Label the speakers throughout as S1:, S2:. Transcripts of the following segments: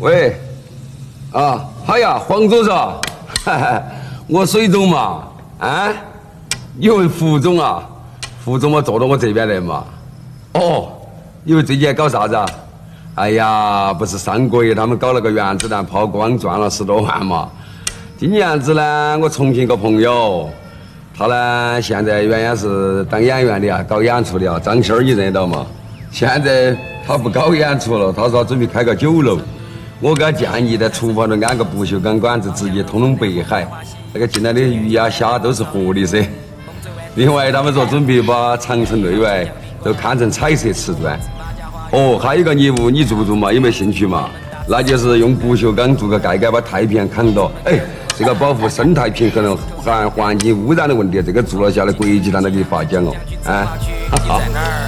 S1: 喂，啊，哎呀，黄组长，哈哈 我水中嘛，啊，因为副总啊，副总嘛坐到我这边来嘛。哦，因为最近搞啥子啊？哎呀，不是上个月他们搞了个原子弹抛光，赚了十多万嘛。今年子呢，我重庆一个朋友，他呢现在原先是当演员的呀，搞演出的呀，张鑫儿你认得到嘛？现在他不搞演出了，他说他准备开个酒楼。我给他建议在厨房头安个不锈钢管子，直接通通北海，那个进来的鱼呀、虾都是活的噻。另外，他们说准备把长城内外都看成彩色瓷砖。哦，还有一个业务你做不做嘛？有没有兴趣嘛？那就是用不锈钢做个盖盖，把太平洋砍到。哎，这个保护生态平衡、环环境污染的问题，这个做了下来，国际上都给发奖哦。啊，哈哈。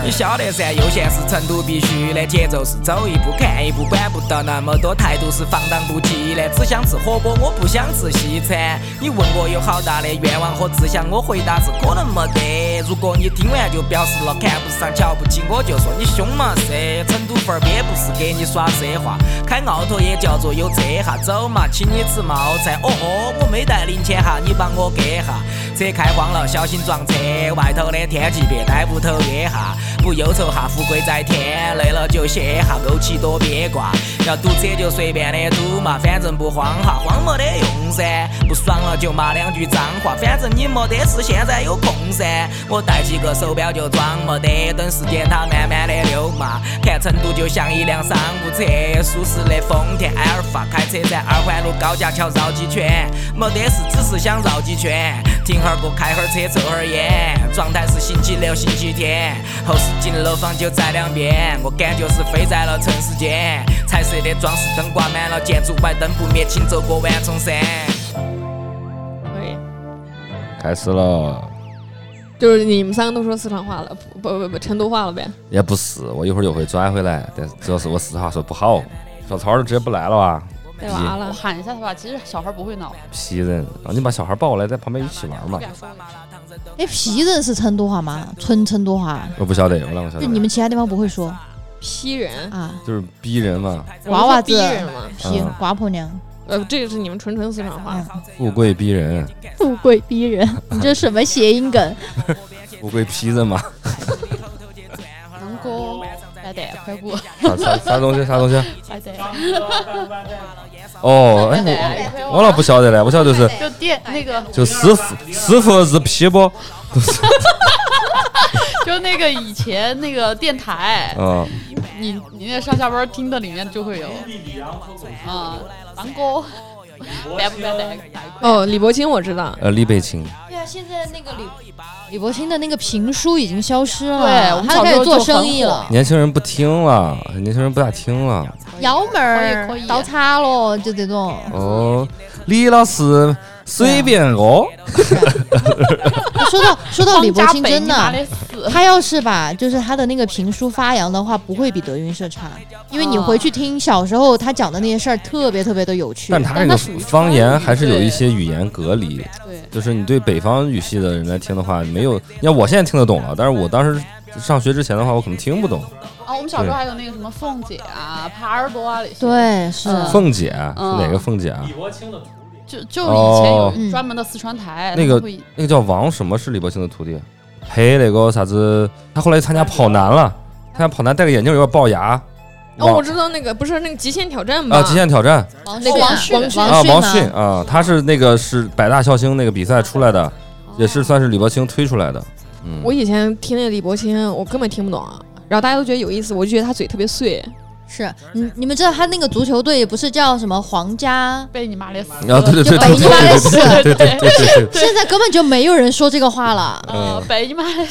S2: 你晓得噻，悠闲是成都必须的，节奏是走一步看一步，管不到那么多，态度是放荡不羁的。只想吃火锅，我不想吃西餐。你问我有好大的愿望和志向，我回答是可能没得。如果你听完就表示了看不上、瞧不起，我就说你凶嘛噻。成都范儿也不是给你耍奢华，开奥拓也叫做有车哈。走嘛，请你吃冒菜。哦豁，我没带零钱哈，你帮我给哈。车开慌了，小心撞车。外头的天气别待屋头憋哈，不忧愁哈，富贵在天。累了就歇哈，枸杞多别挂。要堵车就随便的堵嘛，反正不慌哈，慌没得用噻。不爽了就骂两句脏话，反正你没得事，现在有空噻。我带几个手表就装没得，等时间它慢慢的溜嘛。看成都就像一辆商务车，舒适的丰田埃尔法，开车在二环路高架桥绕几圈，没得事，只是想绕几圈。停会儿过，开会儿车，抽会儿烟，状态是星期六、星期天，后视镜楼房就在两边，我感觉是飞在了尘世间。彩色的装饰灯挂满了建筑外，灯不灭，请走过万重山。
S3: 可以，
S4: 开始了，
S3: 就是你们三个都说四川话了，不不不不，成都话了呗？
S4: 也不是，我一会儿就会转回来，但是主要是我四川话说不好，小曹儿直接不来了啊，
S3: 带娃
S5: 我
S3: 了，
S5: 喊一下他吧，其实小孩不会闹。
S4: 皮人，啊，你把小孩抱过来，在旁边一起玩嘛，
S6: 哎，皮人是成都话吗？纯成都话，
S4: 我不晓得，我哪个晓
S6: 就你
S4: 得，
S6: 们其他地方不会说
S3: 批人，
S6: 啊？
S4: 就是逼人嘛，
S6: 娃娃
S3: 逼
S6: 子
S3: 人嘛，
S6: 皮
S4: 嗯
S6: 瓜婆娘，
S3: 呃，这个是你们纯纯四川话。
S4: 富贵逼人，
S6: 富贵逼 人，你这什么谐音梗？
S4: 富贵逼人嘛，
S5: 能哥，来得快过，
S4: 啥 啥啥东西啥东西，
S5: 来得，
S4: 哦，哎我我咋不晓得嘞，我晓得就是
S5: 就电那个，
S4: 就师傅师傅是皮不，
S5: 就那个以前那个电台，
S4: 嗯，
S5: 你你那上下班听的里面就会有，啊，能哥，白不白得？
S3: 哦，李伯清我知道，
S4: 呃，李北清，
S6: 对啊，现在那个李李伯清的那个评书已经消失了，
S5: 对我们
S6: 他
S5: 小
S6: 开
S5: 时
S6: 始
S5: 候
S6: 做
S5: 就
S6: 生
S5: 很
S6: 意
S5: 火
S6: 了，
S4: 年轻人不听了，年轻人不咋听了，
S6: 摇门儿
S5: 可以可以
S6: 倒插了，就这种。
S4: 哦，李老师随便我，
S6: 说到说到李伯清，真
S5: 王家
S6: 的
S5: 北你。妈死，
S6: 他要是把就是他的那个评书发扬的话，不会比德云社差，因为你回去听小时候他讲的那些事儿，特别特别的有趣
S4: 但。他那个方言还是有一些语言隔离，
S5: 对，
S4: 就是你对北方语系的人来听的话，没有，你看我现在听得懂了，但是我当时上学之前的话，我可能听不懂。
S5: 啊，我们小时候还有那个什么凤姐啊、耙耳朵啊，这些，
S6: 对，是
S5: 嗯
S4: 凤姐啊是哪个凤姐啊？
S5: 就就以前
S4: 哦
S5: 有专门的四川台，
S4: 那个
S5: 会
S4: 那个叫王什么是李伯清的徒弟，陪那个啥子，他后来参加跑男了，参加跑男戴个眼镜有点龅牙，
S3: 哦，
S4: 王
S3: 我知道那个不是那个极限挑战吧？
S4: 啊极限挑战
S6: 王
S3: 那个
S5: 王
S6: 迅
S3: 王
S4: 啊
S6: 王
S4: 王
S6: 吗
S4: 迅啊，他是那个是百大笑星那个比赛出来的，也是算是李伯清推出来的。嗯，
S3: 我以前听那个李伯清，我根本听不懂啊。然后大家都觉得有意思，我就觉得他嘴特别碎。
S6: 是，你你们知道他那个足球队不是叫什么皇家？
S5: 被你妈的死，
S4: 啊对对对
S6: 就北
S4: 对
S6: 京巴
S4: 对
S6: 雷斯，
S4: 对对对对对对。
S6: 现在根本就没有人说这个话了
S5: 呃，被你妈的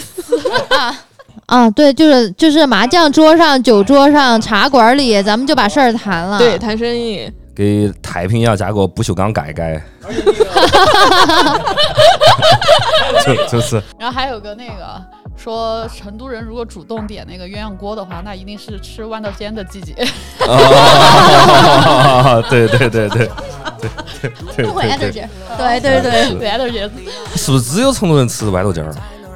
S6: 啊啊！对，就是就是麻将桌上、酒桌上、茶馆里，咱们就把事儿谈了。
S3: 对，谈生意，
S4: 给太平洋加个不锈钢盖盖， 就就是
S5: 然后还有个那个说，成都人如果主动点那个鸳鸯锅的话，那一定是吃豌豆尖的季节。
S4: 啊， 对对对对对对对对，
S6: 对对对，
S5: 对，都觉得
S4: 是不是只有成都人吃豌豆尖儿？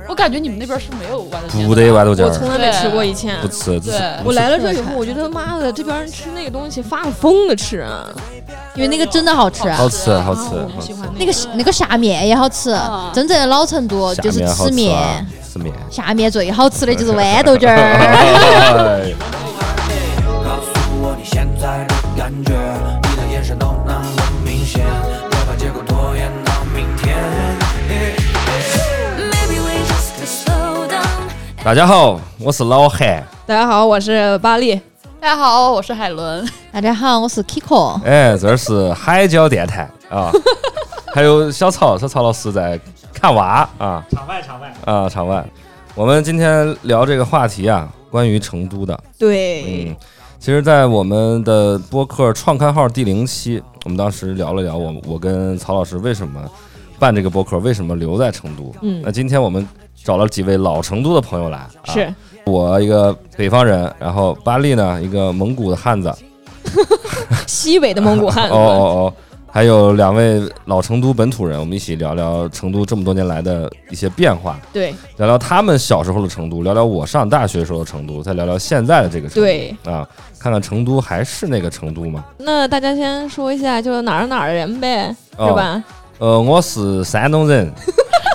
S5: 我我感觉你们那边是没有豌豆尖
S4: 不得
S5: 的吧，
S4: 豌豆尖
S3: 我从
S4: 儿，
S3: 来没吃过以前
S4: 不。吃。只是
S5: 对
S3: 我来了这以后，我觉得妈的，这边人吃那个东西发了疯的吃 啊！
S6: 因为那个真的好吃，
S4: 好吃，好吃，
S5: 啊
S4: 好
S5: 我不喜
S4: 吃。
S5: 欢
S6: 那个那个虾面也好吃
S5: 啊，
S6: 真正的老成都
S4: 下
S6: 就是
S4: 面好
S6: 吃
S4: 吃啊
S6: 面，，
S4: 吃面。
S6: 下面最好吃的就是豌豆尖儿。
S4: 哎
S7: 告诉我你现在的感觉，你的眼神都那么明显，别把结果拖延到明天。
S8: Maybe we just could slow down.
S4: 大家好，我是老韩。
S3: 大家好，我是巴力，
S5: 大家好，我是海伦，
S6: 大家好，我是 Kiko，
S4: 哎，这儿是海椒电台 啊，还有小曹，小曹老师在看娃啊，场外场外啊，场外。我们今天聊这个话题啊，关于成都的，
S3: 对，
S4: 嗯，其实，在我们的播客创刊号第零期，我们当时聊了聊我我跟曹老师为什么办这个播客，为什么留在成都。
S3: 嗯
S4: 那今天我们找了几位老成都的朋友来，啊、
S3: 是
S4: 我一个北方人，然后巴力呢一个蒙古的汉子，
S3: 西北的蒙古汉
S4: 哦
S3: 子，
S4: 哦哦，还有两位老成都本土人，我们一起聊聊成都这么多年来的一些变化，
S3: 对
S4: 聊聊他们小时候的成都，聊聊我上大学时候的成都，再聊聊现在的这个成都。
S3: 对。
S4: 啊，看看成都还是那个成都吗？
S3: 那大家先说一下，就是哪儿哪儿的人呗，
S4: 哦
S3: 是吧？
S4: 呃，我是山东人。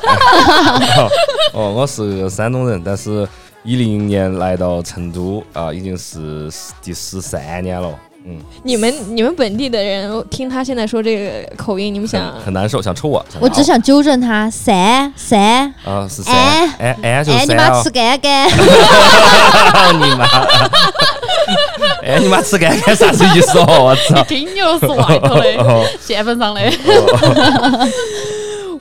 S4: 哦哦，我是山东人，但是一零年来到成都啊，已经是第十三年了。嗯，
S3: 你们你们本地的人听他现在说这个口音，你们
S4: 很
S3: 想
S4: 很难受，想抽我。
S6: 我只想纠正他，三三，
S4: 啊，是三
S6: 哎
S4: 哎哎，就是
S6: 哎你
S4: 三
S6: 妈
S4: 哦
S6: 吃干干，
S4: 操 你妈！哎，你妈吃干干啥子意思哦？我操！
S5: 听就是外头的，县份上的，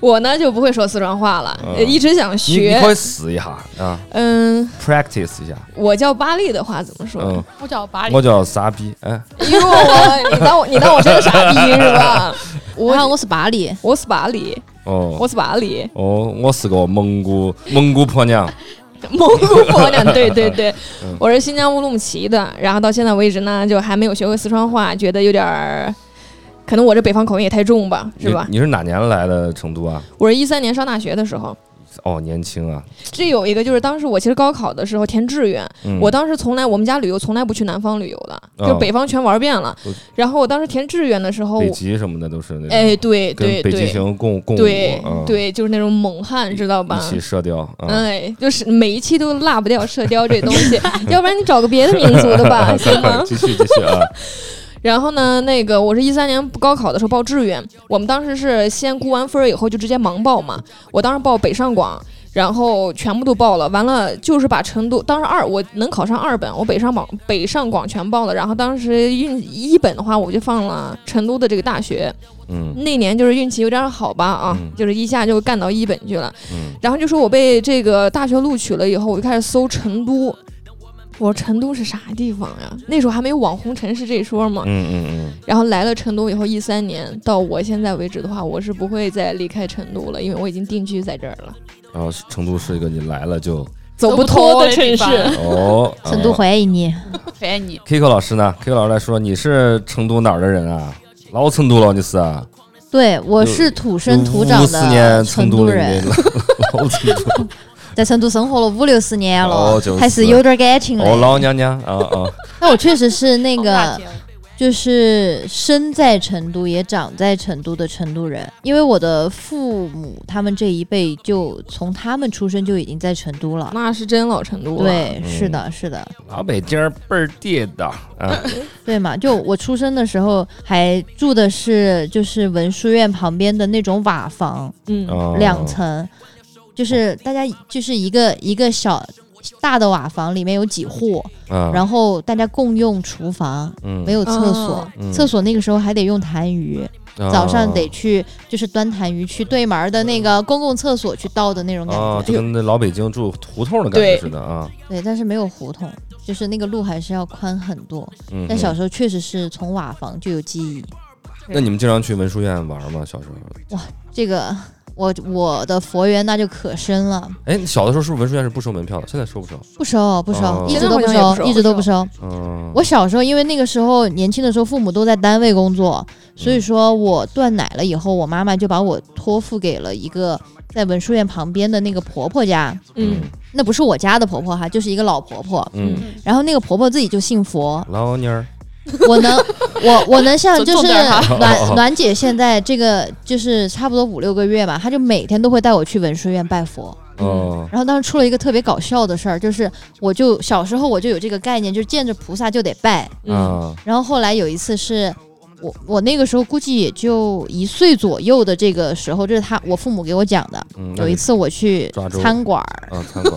S3: 我呢就不会说四川话了，
S4: 嗯
S3: 呃一直想
S4: 你你
S3: 学
S4: 可。以试一下啊
S3: 嗯，
S4: ，practice 一下。
S3: 我叫巴力的话怎么说？
S4: 嗯，
S5: 我叫巴黎
S4: 我，叫傻逼。哎，
S3: 因为我你当我你当我真的傻 逼是吧？
S6: 我我是巴黎，
S3: 我是巴力，我
S4: 哦
S3: 是巴力，
S4: 哦，我是个蒙古蒙古婆娘。
S3: 蒙古姑 娘，对对对，
S4: 嗯
S3: 我是新疆乌鲁木齐的，然后到现在为止呢，就还没有学会四川话，觉得有点儿，可能我这北方口音也太重吧，是吧？
S4: 你你是哪年来的成都啊？
S3: 我是一三年上大学的时候，
S4: 哦，年轻啊。
S3: 这有一个就是当时我其实高考的时候填志愿，
S4: 嗯
S3: 我当时从来我们家旅游从来不去南方旅游的，
S4: 哦
S3: 就北方全玩遍了
S4: 我。
S3: 然后我当时填志愿的时候，
S4: 北极什么的都是那种，
S3: 哦哎，对对
S4: 跟北极
S3: 对
S4: 熊共共舞，
S3: 对
S4: 嗯，
S3: 对，就是那种猛汉，知道吧
S4: 一？起射雕。 嗯，？
S3: 哎，就是每一期都落不掉射雕这东西，要不然你找个别的民族的吧，行吗
S4: 继续继续啊。
S3: 然后呢，那个我是一三年高考的时候报志愿，我们当时是先估完分儿以后就直接盲报嘛。我当时报北上广，然后全部都报了，完了就是把成都当时二我能考上二本，我北上广北上广全报了，然后当时运一本的话我就放了成都的这个大学，
S4: 嗯
S3: 那年就是运气有点好吧啊，
S4: 嗯
S3: 就是一下就干到一本去了。
S4: 嗯
S3: 然后就说我被这个大学录取了以后，我就开始搜成都。我说成都是啥地方呀？那时候还没有网红城市这一说嘛。
S4: 嗯嗯
S3: 然后来了成都以后，一三年到我现在为止的话，我是不会再离开成都了，因为我已经定居在这儿了，
S4: 嗯。然后成都是一个你来了就
S3: 走
S5: 不
S3: 脱
S5: 脱
S3: 的
S5: 的
S3: 城
S5: 地方
S3: 市。
S4: 哦，
S6: 成都
S4: 嗯
S6: 欢迎你。
S5: 烦啊你，
S4: Kiko 老师呢？Kiko 老师来说，你是成都哪儿的人啊？老成都了，你是啊？
S6: 对，我是土生土长
S4: 五四年
S6: 的成
S4: 都
S6: 都
S4: 人
S6: 人，
S4: 民， 老成都，
S6: 在成都生活了五六十年
S4: 哦
S6: 了
S4: 就是，
S6: 还是有点感情
S4: 哦，
S6: 的。
S4: 老娘娘啊啊！
S6: 但我确实是那
S5: 大
S6: 个
S5: 姐，
S6: 就是生在成都也长在成都的成都人，因为我的父母他们这一辈就从他们出生就已经在成都了。
S3: 那是真老成都了。，
S6: 对，
S4: 嗯
S6: 是的，是的，
S4: 老北京儿倍儿地道啊！
S6: 对嘛？就我出生的时候还住的是就是文殊院旁边的那种瓦房，
S3: 嗯，
S4: 哦
S6: 两层，就是大家就是一个一个小大的瓦房，里面有几户，
S4: 啊，
S6: 然后大家共用厨房，
S4: 嗯
S6: 没有厕所
S3: 哦，
S4: 嗯
S6: 厕所那个时候还得用痰盂，
S4: 啊
S6: 早上得去就是端痰盂去对门儿的那个公共厕所去倒的那种感
S4: 啊，就
S6: 觉，
S4: 跟那老北京住胡同的感觉
S3: 对
S4: 似的啊。
S6: 对，但是没有胡同，就是那个路还是要宽很多。
S4: 嗯，
S6: 但小时候确实是从瓦房就有记忆，
S4: 那你们经常去文殊院玩吗？小时候？
S6: 这个我我的佛缘那就可深了，
S4: 哎，你小的时候是不是文殊院是不收门票的？现在收不收？
S6: 不收不
S4: 哦
S6: 收，一直都不
S3: 现在好像也不
S6: 收，
S3: 收
S6: 一直都不收。
S4: 嗯，
S6: 我小时候因为那个时候年轻的时候，父母都在单
S5: 嗯
S6: 位工作，所以说我断奶了以后，我妈妈就把我托付给了一个在文殊院旁边的那个婆婆家，
S3: 嗯，
S6: 那不是我家的婆婆哈，就是一个老婆婆。
S4: 嗯，
S6: 然后那个婆婆自己就信佛，
S4: 老妞儿，
S6: 我能，我我能 像就
S5: 尊重
S6: 是
S5: 点儿哈
S6: 暖暖姐现在这个就是差不多五六个月吧，她就每天都会带我去文殊院拜佛。
S4: 哦，
S6: 然后当时出了一个特别搞笑的事儿，就是我就小时候我就有这个概念，就是见着菩萨就得拜。
S3: 嗯
S4: 啊，
S6: 然后后来有一次是我我那个时候估计也就一岁左右的这个时候，这是他我父母给我讲的。
S4: 嗯，
S6: 有一次我去
S4: 抓周
S6: 餐馆儿
S4: 啊，餐馆，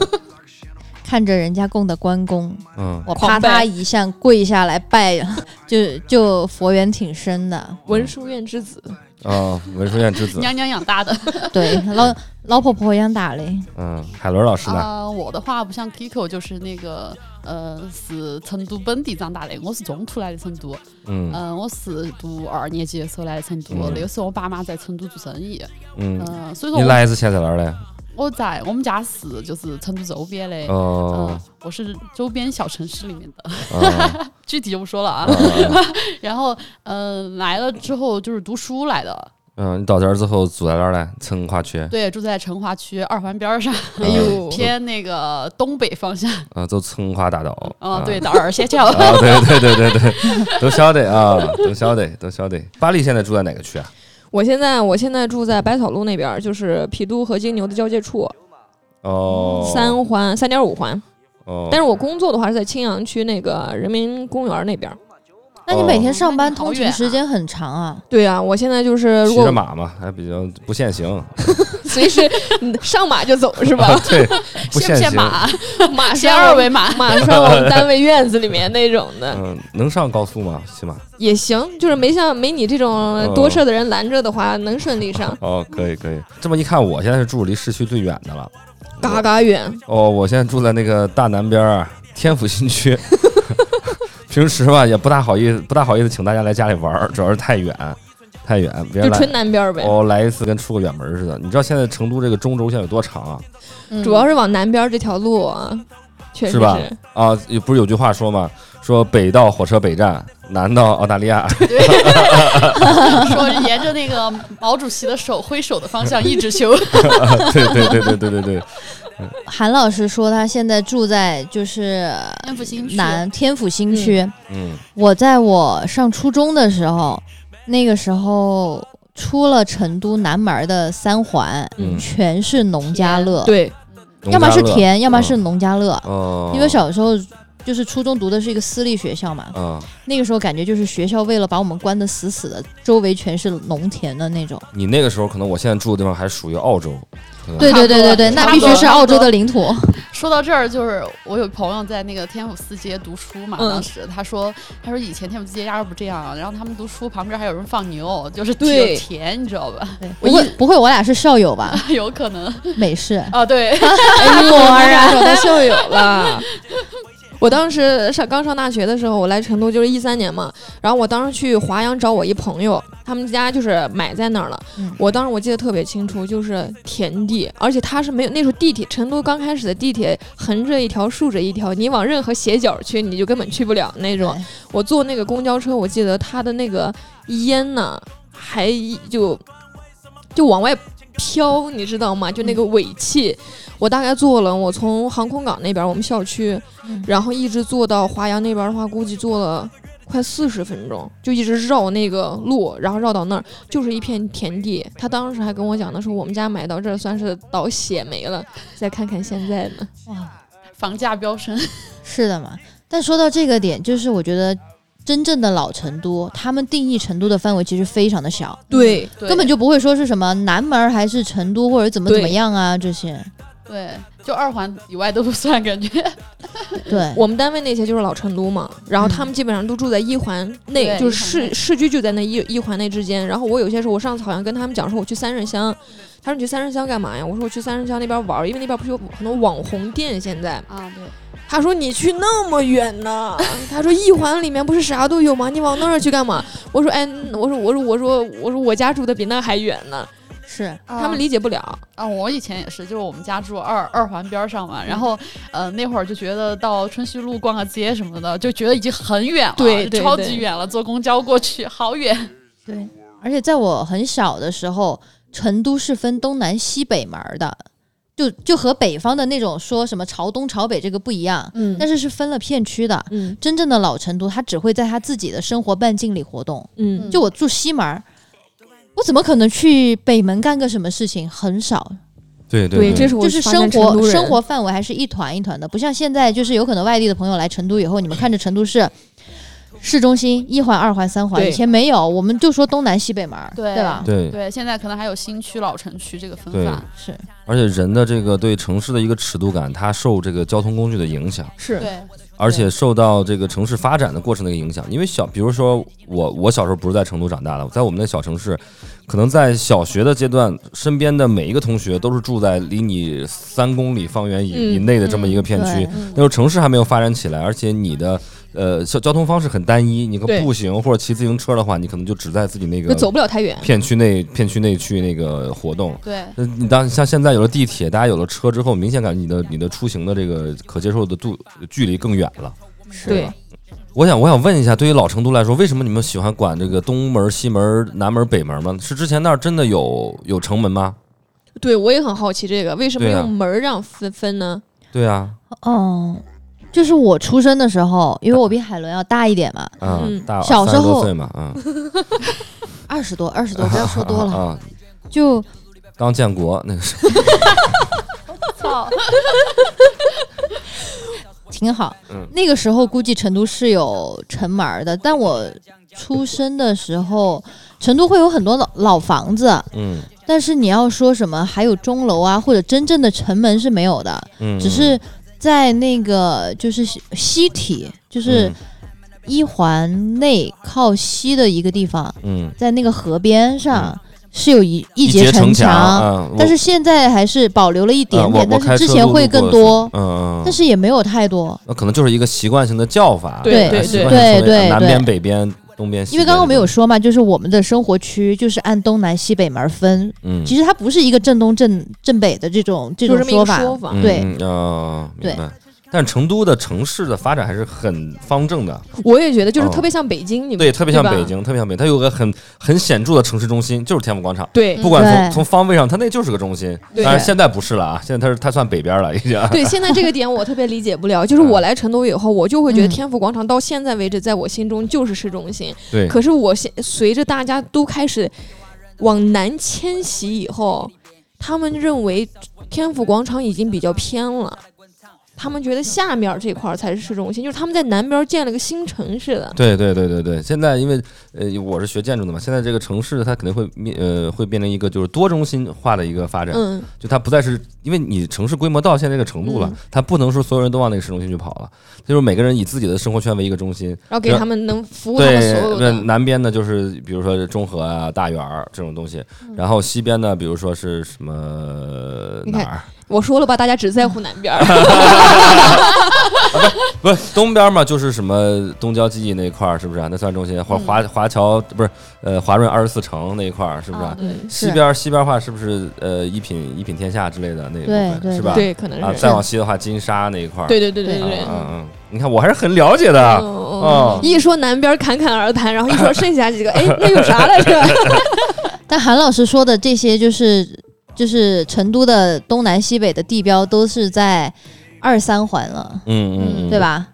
S6: 看着人家供的关公，
S4: 嗯，
S6: 我啪
S3: 狂拜
S6: 嗒一下跪下来拜， 就就佛缘挺深的。
S3: 文殊院之子，
S4: 啊，文殊院之 子，
S5: 娘娘养大的。
S6: 对，老老婆婆一样打嘞。
S4: 嗯，海伦老师呢？
S6: 哦
S5: 啊、我的话不像 Kiko，就是那个呃，是成都本地长大的，我是中途来的成都。
S6: 呃
S5: 嗯、
S4: 嗯
S5: 我是读二年级的时候来的成都，
S4: 嗯
S5: 那个时候我爸妈在成都做生意，嗯、
S6: 呃
S4: 嗯，
S5: 所以说
S4: 你
S5: 我
S4: 来一次现在哪儿嘞？
S5: 我在我们家是就是成都周边的。嗯，
S4: 哦，
S5: 我是周边小城市里面的，
S4: 啊
S5: 具体就不说了
S4: 哦
S5: 啊。 然后，嗯、来了之后就是读书来的，
S4: 嗯，你到这儿之后住在哪儿嘞？成华区，
S5: 对，住在成华区二环边儿上，
S4: 哎呦
S5: 偏那个东北方向。
S4: 啊，走成华大道。
S3: 哦
S5: 啊、
S4: 啊
S5: 对，到二歇脚。
S4: 啊，对对对对对，都晓得啊，都晓得，都晓得。巴黎现在住在哪个区啊？
S3: 我现在我现在住在百草路那边儿，就是郫都和金牛的交界处，
S4: 哦，
S3: 嗯三环三点五环。
S4: 哦，
S3: 但是我工作的话是在青羊区那个人民公园那边儿。
S6: 那你每天上班
S5: 那你好
S6: 通勤
S5: 远啊
S6: 时间很长啊，
S3: 对啊，我现在就是如
S4: 骑着
S3: 果
S4: 马嘛，还比较不 限行，
S3: 随时嗯上马就走是吧？
S4: 对， 不
S5: 先不
S4: 限
S5: 先
S4: 行。
S5: 马，
S3: 马
S5: 先
S3: 上
S5: 二维码。
S3: 马上我们单位院子里面那种的
S4: 嗯，能上高速吗？骑马？
S3: 也行，就是没像没你这种多事儿的人拦着的话，能顺利上，
S4: 哦，可以可以。这么一看，我现在是住离市区最远的了。
S3: 嘎嘎远。
S4: 哦，我现在住在那个大南边儿天府新区。 平时吧也不大好意思，不大好意思请大家来家里玩儿，主要是太远，太远，别
S3: 就
S4: 人来
S3: 纯南边儿呗，
S4: 哦，来一次跟出个远门儿似的。你知道现在成都这个中轴线有多长啊？
S6: 嗯
S3: 主要是往南边儿这条路啊，确实
S4: 是吧啊，也不是有句话说嘛，说北到火车北站，南到澳大利亚。
S5: 说沿着那个毛主席的手挥手的方向一直修。
S4: 对对对对对对对，
S6: 韩老师说他现在住在就是
S5: 天府新区
S6: 南天府新区。
S4: 嗯
S6: 我在我上初中的时候，那个时候出了成都南门的三环，
S4: 嗯，
S6: 全是农家乐，，
S3: 对，
S4: 啊
S6: 要么是
S4: 农家乐
S6: 田，要么是农家乐。
S4: 哦，
S6: 因为小时候就是初中读的是一个私立学校嘛，
S4: 啊，
S6: 那个时候感觉就是学校为了把我们关得死死的，周围全是农田的那种。
S4: 你那个时候可能我现在住的地方还属于澳洲。可能
S6: 对对对对对，
S5: 差
S6: 那
S5: 不
S6: 必
S5: 多
S6: 须是澳洲的领土。
S5: 说到这儿，就是我有朋友在那个天府四街读书嘛，
S3: 嗯
S5: 当时他说，他说以前天府四街压根儿不这样，然后他们读书旁边还有人放牛，就是
S3: 对
S5: 有田，你知道吧？
S6: 不会不会，我俩是校友吧？
S5: 有可能
S6: 美式。
S5: 啊，对，
S3: 哎呦，果然找到校友 了。我当时上刚上大学的时候，我来成都就是一三年嘛，然后我当时去华阳找我一朋友，他们家就是买在那儿了。
S6: 嗯
S3: 我当时我记得特别清楚，就是田地，而且它是没有那时候地铁，成都刚开始的地铁横着一条竖着一条，你往任何斜角去，你就根本去不了那种
S6: 对。
S3: 我坐那个公交车，我记得它的那个烟呢，还就就往外飘，你知道吗？就那个尾气，我大概坐了，我从航空港那边我们校区，
S6: 嗯
S3: 然后一直坐到华阳那边的话，估计坐了。快四十分钟，就一直绕那个路，然后绕到那儿，就是一片田地。他当时还跟我讲的说，我们家买到这儿算是倒血霉了，再看看现在呢。
S6: 哇，
S5: 房价飙升，
S6: 是的嘛。但说到这个点，就是我觉得真正的老成都，他们定义成都的范围其实非常的小，
S3: 对，
S5: 对
S6: 根本就不会说是什么南门儿还是成都或者怎么
S3: 对
S6: 怎么样啊这些。
S5: 对，就二环以外都不算，感觉
S6: 对，
S3: 我们单位那些就是老成都嘛，然后他们基本上都住在一环内，
S5: 对
S3: 就是
S5: 一
S3: 市
S5: 环内
S3: 市区就在那一一环内之间。然后我有些时候，我上次好像跟他们讲说我去三任乡，他说你去三任乡干嘛呀？我说我去三任乡那边玩儿，因为那边不是有很多网红店现在。
S5: 啊，对，
S3: 他说你去那么远呢？ 他说一环里面不是啥都有吗？你往那儿去干嘛？我说哎，我说我说我说我说我家住的比那还远呢，
S6: 是
S3: 他们理解不了。
S5: 啊，我以前也是，就是我们家住二二环边儿上嘛，然后呃那会儿就觉得到春熙路逛个街什么的，就觉得已经很远了，
S3: 对对
S5: 超
S3: 对
S5: 级远了，坐公交过去好远。
S6: 对。而且在我很小的时候，成都是分东南西北门儿的，就就和北方的那种说什么朝东朝北这个不一样，
S3: 嗯
S6: 但是是分了片区的。
S3: 嗯
S6: 真正的老成都，他只会在他自己的生活半径里活动。
S3: 嗯
S6: 就我住西门儿，我怎么可能去北门干个什么事情？很少，
S4: 对
S3: 对，这是我
S6: 就是
S3: 发现
S6: 生
S3: 成都
S6: 活
S3: 人
S6: 生活范围还是一团一团的，不像现在，就是有可能外地的朋友来成都以后，你们看着成都市市中心一环、二环、三环，
S3: 对
S6: 以前没有，我们就说东南西北门儿，
S5: 对
S6: 对吧？
S4: 对，
S5: 对，现在可能还有新区、老城区这个分
S4: 对
S5: 法。
S6: 是，
S4: 而且人的这个对城市的一个尺度感，它受这个交通工具的影响，
S3: 是
S5: 对，
S4: 而且受到这个城市发展的过程的一个影响。因为小，比如说我，我小时候不是在成都长大的，在我们那小城市，可能在小学的阶段，身边的每一个同学都是住在离你三公里方圆以、
S3: 嗯
S4: 以内的这么一个片区。
S6: 对
S4: 那时候城市还没有发展起来，而且你的呃交交通方式很单一，你可
S3: 对
S4: 步行或者骑自行车的话，你可能就只在自己那
S3: 就
S4: 个
S3: 走不了太远。
S4: 片区内片区内去那个活动。
S5: 对，
S4: 那你当像现在有了地铁，大家有了车之后，明显感觉你的你的出行的这个可接受的度距离更远了。
S3: 对，
S4: 我想我想问一下，对于老成都来说，为什么你们喜欢管这个东门、西门、南门、北门吗？是之前那儿真的有有城门吗？
S3: 对我也很好奇这个为什么
S4: 对啊
S3: 用门儿这样分分呢？
S4: 对啊，
S6: 嗯，就是我出生的时候，因为我比海伦要大一点嘛，
S4: 啊、
S3: 嗯
S4: 大
S6: 小时
S4: 三
S6: 候
S4: 十多岁嘛，啊，
S6: 二十多，二十多， 不要说多了，
S4: 啊，
S6: 就
S4: 刚建国那个 时候，
S5: 操，
S6: 挺好。
S4: 嗯
S6: 那个时候估计成都是有城门儿的，但我出生的时候，成都会有很多老老房子，
S4: 嗯
S6: 但是你要说什么还有钟楼啊，或者真正的城门是没有的，
S4: 嗯，
S6: 只是在那个就是西西体，就是
S4: 嗯
S6: 一环内靠西的一个地方，
S4: 嗯
S6: 在那个河边上、是有一一
S4: 节
S6: 城
S4: 墙，啊、我
S6: 但是现在还是保留了一
S4: 啊
S6: 点
S4: 我
S6: 点，
S4: 我
S6: 但
S4: 开
S6: 是
S4: 车
S6: 之前
S4: 路
S6: 会
S4: 路过
S6: 更
S4: 的
S6: 多
S4: 时，候，嗯嗯，嗯
S6: 但是也没有太多。
S4: 那可能就是一个习惯性的叫法，
S3: 对
S4: 哎
S3: 对
S4: 习惯
S6: 对
S4: 性的
S6: 对
S4: 南
S6: 对
S4: 边、北边、东边、西
S6: 因为刚刚我们
S4: 边
S6: 有说嘛，就是我们的生活区就是按东南西北门分，
S4: 嗯，
S6: 其实它不是一个正东正正北的这种这
S3: 就
S6: 种
S3: 这么一个
S6: 法，
S3: 说法。
S4: 嗯
S6: 对
S4: 嗯哦，
S6: 对
S4: 明白。但成都的城市的发展还是很方正的，
S3: 我也觉得就是
S4: 哦
S3: 特别像北京，你们
S4: 对，特别像
S3: 吧
S4: 北京，特别像北，它有个很很显著的城市中心，就是天府广场。
S3: 嗯对
S4: 不管从
S6: 对
S4: 从方位上，它那就是个中心。
S3: 对
S4: 当然现在不是了啊，现在它是它算北边了已经。啊
S3: 对，现在这个点我特别理解不了。
S4: 嗯
S3: 就是我来成都以后，我就会觉得
S6: 嗯
S3: 天府广场到现在为止，在我心中就是市中心。
S4: 对
S3: 可是我现随着大家都开始往南迁徙以后，他们认为天府广场已经比较偏了，他们觉得下面这块儿才是市中心，就是他们在南边建了个新城似的。
S4: 对对对对对，现在因为呃我是学建筑的嘛，现在这个城市它肯定会面呃会变成一个就是多中心化的一个发展，
S3: 嗯，
S4: 就它不再是因为你城市规模到现在这个程度了，
S3: 嗯
S4: 它不能说所有人都往那个市中心去跑了，就是每个人以自己的生活圈为一个中心，
S3: 然后给
S4: 然
S3: 他们能服务他
S4: 对，
S3: 们所有
S4: 那
S3: 的。
S4: 南边呢，就是比如说中和啊、大园儿这种东西，
S6: 嗯
S4: 然后西边呢，比如说是什么
S3: 你
S4: 哪
S3: 看
S4: 儿？
S3: 我说了吧，大家只在乎南 边儿。
S4: 啊不是东边嘛，就是什么东郊记忆那一块儿，是不是啊、那算中心，或
S6: 嗯
S4: 者华华侨不是呃华润二十四城那一块儿，是不是啊、
S6: 哦
S5: 啊
S3: 嗯，
S4: 西边儿西边儿话是不是呃一品一品天下之类的那一部
S6: 对
S4: 分
S6: 对
S4: 是吧？
S3: 对，可能
S4: 啊，
S3: 是。
S4: 再往西的话，金沙那一块儿，
S3: 对对对对对对
S4: 嗯。嗯嗯，你看我还是很了解的。
S3: 嗯嗯
S4: 哦
S3: 一说南边侃侃而谈，然后一说剩下几个，哎，那有啥来 着？
S6: 但韩老师说的这些，就是就是成都的东南西北的地标，都是在二三环了，
S4: 嗯嗯嗯，
S6: 对？吧？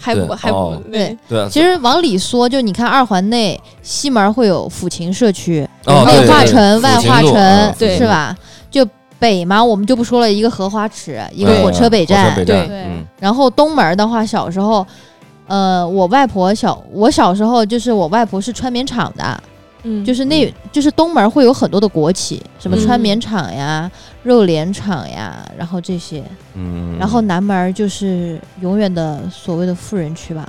S3: 还不
S4: 对
S3: 还不
S4: 哦
S3: 对
S4: 对啊，
S6: 其实往里说，就你看二环内西门会有抚琴社区，
S4: 哦
S6: 内
S4: 对
S6: 化
S4: 对
S6: 城、
S4: 抚
S6: 外
S4: 琴
S6: 化
S4: 路
S6: 城
S4: 嗯，
S3: 对
S6: 是吧？就北嘛，我们就不说了，一个荷花池，一个
S4: 对
S6: 火车北
S4: 火
S6: 站
S4: 车，北
S3: 对
S4: 站，嗯
S6: 然后东门的话，小时候，呃，我外婆小，我小时候就是我外婆是穿棉厂的，
S3: 嗯，
S6: 就是那，就是东门会有很多的国企，什么
S3: 嗯
S6: 川棉厂呀、肉联厂呀，然后这些，
S4: 嗯，
S6: 然后南门就是永远的所谓的富人区吧，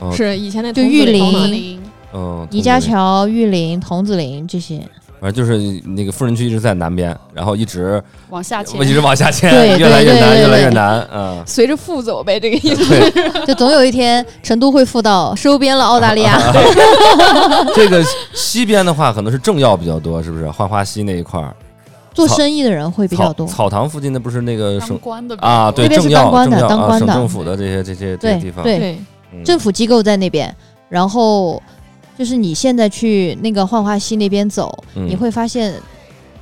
S4: 哦
S3: 是以前那
S6: 就
S3: 童子
S6: 玉
S3: 堂嘛。
S6: 林
S5: 林
S4: 嗯，
S6: 倪家桥、玉林、桐梓林这些，
S4: 反正就是那个富人区一直在南边，然后一直
S5: 往下切
S4: 我，一直往下迁，
S6: 对
S4: 越来越
S6: 对对
S4: 难，
S6: 对
S4: 越来越
S6: 对
S4: 难，嗯
S3: 随着富走呗，这个意思。
S4: 对，
S6: 就总有一天成都会富到收编了澳大利亚。
S4: 这个西边的话，可能是政要比较多，是不是？浣花溪那一块儿，
S6: 做生意的人会比较
S4: 草
S6: 多，
S4: 草堂附近的不是那个
S5: 当
S4: 省
S5: 官的比较
S4: 啊，
S5: 多
S4: 对，
S6: 那边
S4: 政
S6: 是
S4: 要
S6: 当官的
S4: 政要
S6: 当
S4: 啊，
S6: 官
S4: 省
S6: 的
S4: 政府的这些这些这些
S6: 对
S4: 地方，
S6: 对，
S3: 对，
S4: 嗯
S6: 政府机构在那边，然后就是你现在去那个浣花溪那边走，
S4: 嗯
S6: 你会发现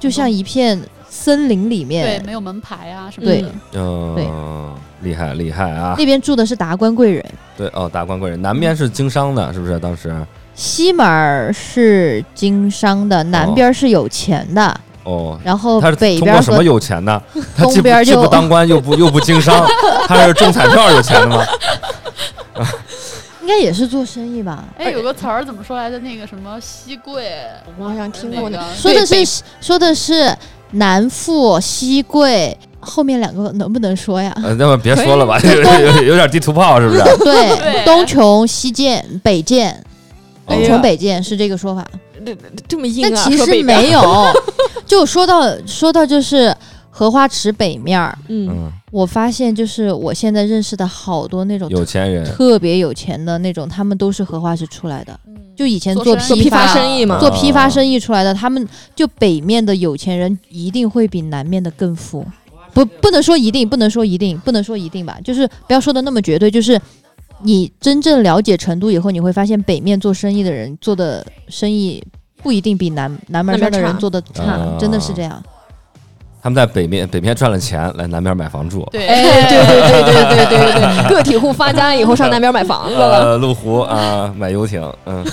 S6: 就像一片森林里
S5: 对，
S6: 面，
S5: 没有门牌啊什么
S6: 对
S5: 的。
S4: 嗯，厉害厉害啊！
S6: 那边住的是达官贵人，
S4: 对哦，达官贵人，南边是经商的，是不是？当时
S6: 西马儿是经商的，南边儿是有钱的，
S4: 哦，
S6: 然后
S4: 他是
S6: 北
S4: 通
S6: 边
S4: 过
S6: 儿
S4: 什么
S6: 和
S4: 有钱呢？他
S6: 东
S4: 既不
S6: 边
S4: 既
S6: 就
S4: 不当官，又不又不经 商，他是中彩票有钱的吗？
S6: 应该也是做生意吧？
S5: 哎，有个词儿怎么说来着？那个什么西贵，
S3: 我好像听过
S5: 那
S3: 那
S5: 个
S6: 说的
S3: 对
S6: 是说的是南富西贵，后面两个能不能说呀？
S4: 呃，那么别说了 吧，有有有点地图炮，是不是？
S6: 对，
S5: 对
S6: 东穷西贱北贱，
S4: 哎
S6: 东
S4: 呀
S6: 穷北贱是这个说法，
S3: 这这么硬
S6: 但
S3: 啊，
S6: 其
S3: 说北
S6: 实
S3: 边
S6: 没， 有。就说到说到就是荷花池北面儿，
S3: 嗯，
S4: 嗯，
S6: 我发现就是我现在认识的好多那种
S4: 有钱人
S6: 特别有钱的那种，他们都是荷花池出来的，
S5: 嗯
S6: 就以前
S5: 做
S6: 做
S5: 生
S3: 做
S5: 意
S6: 批
S3: 批
S6: 发
S3: 发生意嘛
S4: 啊，
S6: 做批发生意出来的，他们就北面的有钱人一定会比南面的更富。不，不能说一定，不能说一定，不能说一定吧，就是不要说的那么绝对。就是你真正了解成都以后，你会发现北面做生意的人做的生意不一定比南南门上的人做的差，
S4: 南边差
S6: 真的是这样。
S4: 他们在北面北面赚了钱，来南边买房住。
S5: 对，
S3: 哎，对对对对对对对对，个体户发家以后上南边买房子了。
S4: 呃，路虎啊，买游艇，嗯，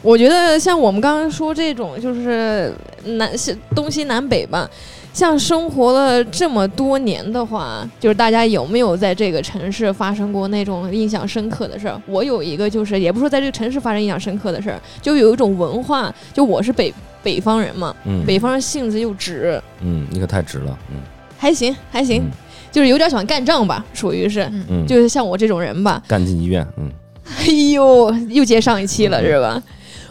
S3: 我觉得像我们刚刚说这种，就是南西东西南北吧，像生活了这么多年的话，就是大家有没有在这个城市发生过那种印象深刻的事儿？我有一个，就是也不是说在这个城市发生印象深刻的事儿，就有一种文化，就我是北北方人嘛，
S4: 嗯
S3: 北方人性子又直，
S4: 嗯，你可太值了，嗯
S3: 还行还行，
S4: 嗯
S3: 就是有点喜欢干仗吧，属于是，
S4: 嗯，
S3: 就是像我这种人吧，
S4: 干进医院，嗯
S3: 哎呦，又接上一期了是吧？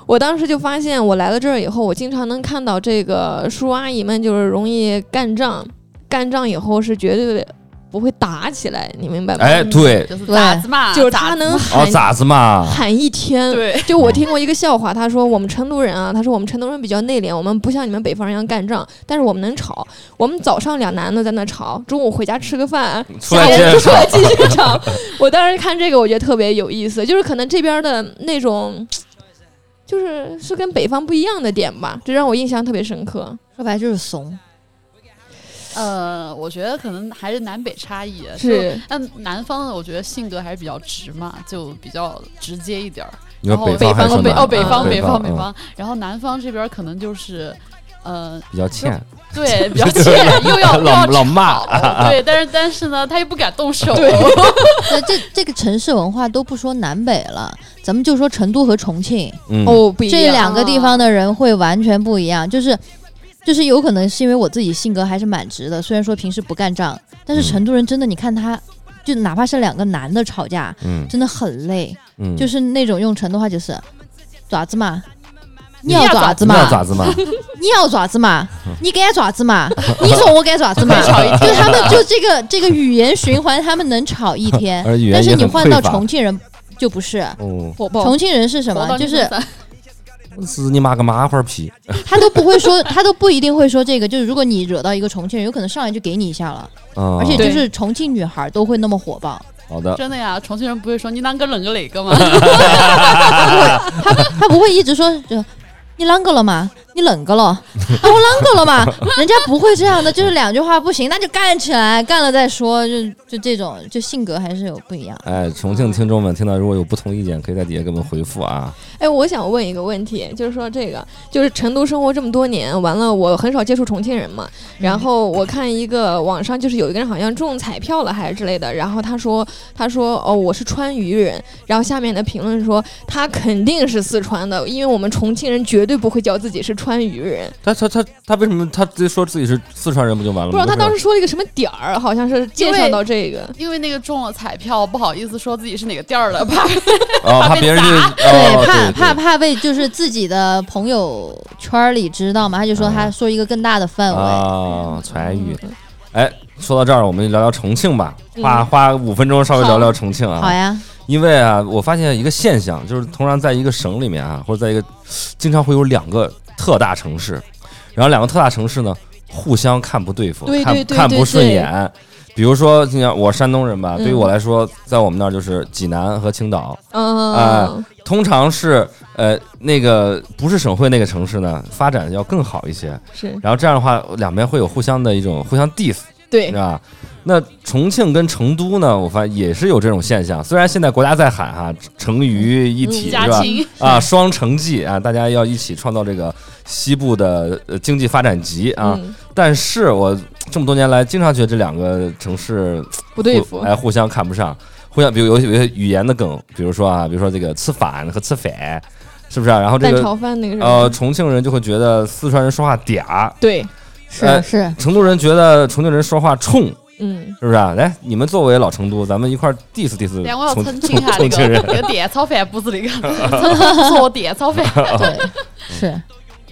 S3: 我当时就发现，我来了这儿以后，我经常能看到这个叔叔阿姨们就是容易干仗，干仗以后是绝对不会打起来，你明白
S5: 嗯
S3: 吗？
S4: 哎，对，
S5: 就是
S6: 对
S5: 咋子嘛，
S3: 就是
S5: 咋
S3: 他
S5: 子
S3: 能
S5: 嘛
S4: 哦
S3: 喊、，
S4: 咋子嘛，
S3: 喊一天。
S5: 对，
S3: 就我听过一个笑话，他说我们成都人啊，他说我们成都人比较内敛，我们不像你们北方人一样干仗，但是我们能吵。我们早上两男的在那吵，中午回家吃个饭，
S4: 出来
S3: 下
S4: 接
S3: 午
S4: 着
S3: 就出来继 续吵。我当时看这个，我觉得特别有意思，就是可能这边的那种，就是是跟北方不一样的点吧，这让我印象特别深刻。
S6: 说白了就是怂，
S5: 呃，我觉得可能还是南北差异。啊就，
S3: 是
S5: 但南方的我觉得性格还是比较直嘛，就比较直接一点儿。
S4: 你说
S5: 然后
S4: 方还
S5: 哦
S4: 是
S5: 北
S4: 南
S5: 哦北
S3: 方
S5: 方
S4: 嗯
S5: 北
S4: 方
S5: 北
S4: 嗯
S5: 方，然后南方这边可能就是， 呃，
S4: 比较欠，
S5: 对，比较 欠，又要又
S4: 老
S5: 要
S4: 老啊骂
S5: 吵，对，但是但是呢，他又不敢动手，
S6: 这这这个城市文化都不说南北了，咱们就说成都和重庆，
S4: 嗯
S3: 哦，不一样。
S6: 这两个地方的人会完全不一样，就是就是有可能是因为我自己性格还是蛮直的，虽然说平时不干仗，但是
S4: 嗯
S6: 成都人真的，你看他就哪怕是两个男的吵架，
S4: 嗯
S6: 真的很累，
S4: 嗯，
S6: 就是那种用成都话就是爪子嘛。
S5: 你
S6: 你要
S5: 要
S6: 爪
S5: 爪
S6: 子
S4: 你
S6: 嘛
S4: 要？咋子 嗯嘛，
S6: 你要爪子嘛？你该爪子 嘛？你说我该爪子嘛？就他们就这个这个语言循环，他们能吵一 天
S4: 而语，言
S6: 但是
S4: 也
S6: 你
S4: 很
S6: 换到
S4: 匮乏
S6: 重庆人就不是，
S4: 哦，
S3: 火爆，
S6: 重庆人是什
S5: 头
S6: 么？
S5: 到
S6: 就是
S5: 身上
S4: 是你妈个麻花皮，
S6: 他都不会说， 他都不一定会说这个。就是如果你惹到一个重庆人，有可能上来就给你一下了，
S4: 啊，
S6: 而且
S3: 对
S6: 就是重庆女孩都会那么火爆，
S4: 好的，
S5: 真的呀，重庆人不会说你啷个冷个哪个 嘛，
S6: 她不会一直说就你啷个了吗？你冷个了？啊，我啷个了吗？人家不会这样的，就是两句话不行，那就干起来，干了再说，就就这种，就性格还是有不一样。
S4: 哎，重庆听众们听到如果有不同意见，可以在底下给我们回复啊，
S3: 哎，我想问一个问题，就是说这个，就是成都生活这么多年，完了我很少接触重庆人嘛。然后我看一个网上，就是有一个人好像中彩票了还是之类的，然后他说他说哦我是川渝人，然后下面的评论说他肯定是四川的，因为我们重庆人绝对不会叫自己是川渝人。
S4: 他他他他为什么他自己说自己是四川人不就完了吗？
S3: 不知道他当
S4: 时
S3: 时说了一个什么点儿，好像是介绍到这个。
S5: 因为那个中了彩票，不好意思说自己是哪个店 儿的，怕
S4: 啊，
S5: 怕
S4: 怕
S5: 被
S4: 别人
S5: 砸
S4: 就
S6: 对，
S4: 哦对
S6: 怕怕怕被就是自己的朋友圈儿里知道嘛，他就
S4: 哦
S6: 说他说一个更大的范围。
S4: 啊，川渝。哎，说到这儿，我们聊聊重庆吧，花花五分钟稍微
S6: 好
S4: 聊聊重庆啊。
S6: 好呀，
S4: 因为啊，我发现一个现象，就是同样在一个省里面啊，或者在一个，经常会有两个特大城市，然后两个特大城市呢，互相看不对付，
S3: 对对对
S4: 看看
S3: 对
S4: 不顺
S3: 对
S4: 眼。比如说，你像我山东人吧，
S3: 嗯
S4: 对于我来说，在我们那儿就是济南和青岛，
S3: 嗯，
S4: 哎通常是呃，那个不是省会那个城市呢，发展要更好一些。
S3: 是
S4: 然后这样的话，两边会有互相的一种互相 diss，
S3: 对
S4: 是，吧？那重庆跟成都呢，我发现也是有这种现象。虽然现在国家在喊哈、成渝一
S3: 嗯
S4: 体、
S5: 家
S4: 是吧？
S5: 亲，
S4: 啊，双城记啊，大家要一起创造这个西部的呃经济发展极啊。
S3: 嗯，
S4: 但是我这么多年来，经常觉得这两个城市
S3: 不对
S4: 互
S3: 付，
S4: 哎，互相看不上，互相比如有有些语言的梗，比如说啊，比如说这个吃饭和吃反，是不是、啊？然后这
S3: 蛋
S4: 个
S3: 炒饭那个是哦
S4: 呃，
S3: 吧，
S4: 重庆人就会觉得四川人说话嗲，
S3: 对，
S4: 哎
S6: 是是，
S4: 成都人觉得重庆人说话冲，
S3: 嗯，
S4: 是不是、啊？来，你们作为老成都，咱们一块儿 diss diss
S5: 然后我要
S4: 重
S5: 澄清一下，
S4: 重
S5: 那
S4: 庆
S5: 个
S4: 人
S5: 那个点炒饭啊不是那个， 是我点炒饭。
S4: 哦
S6: 对，是，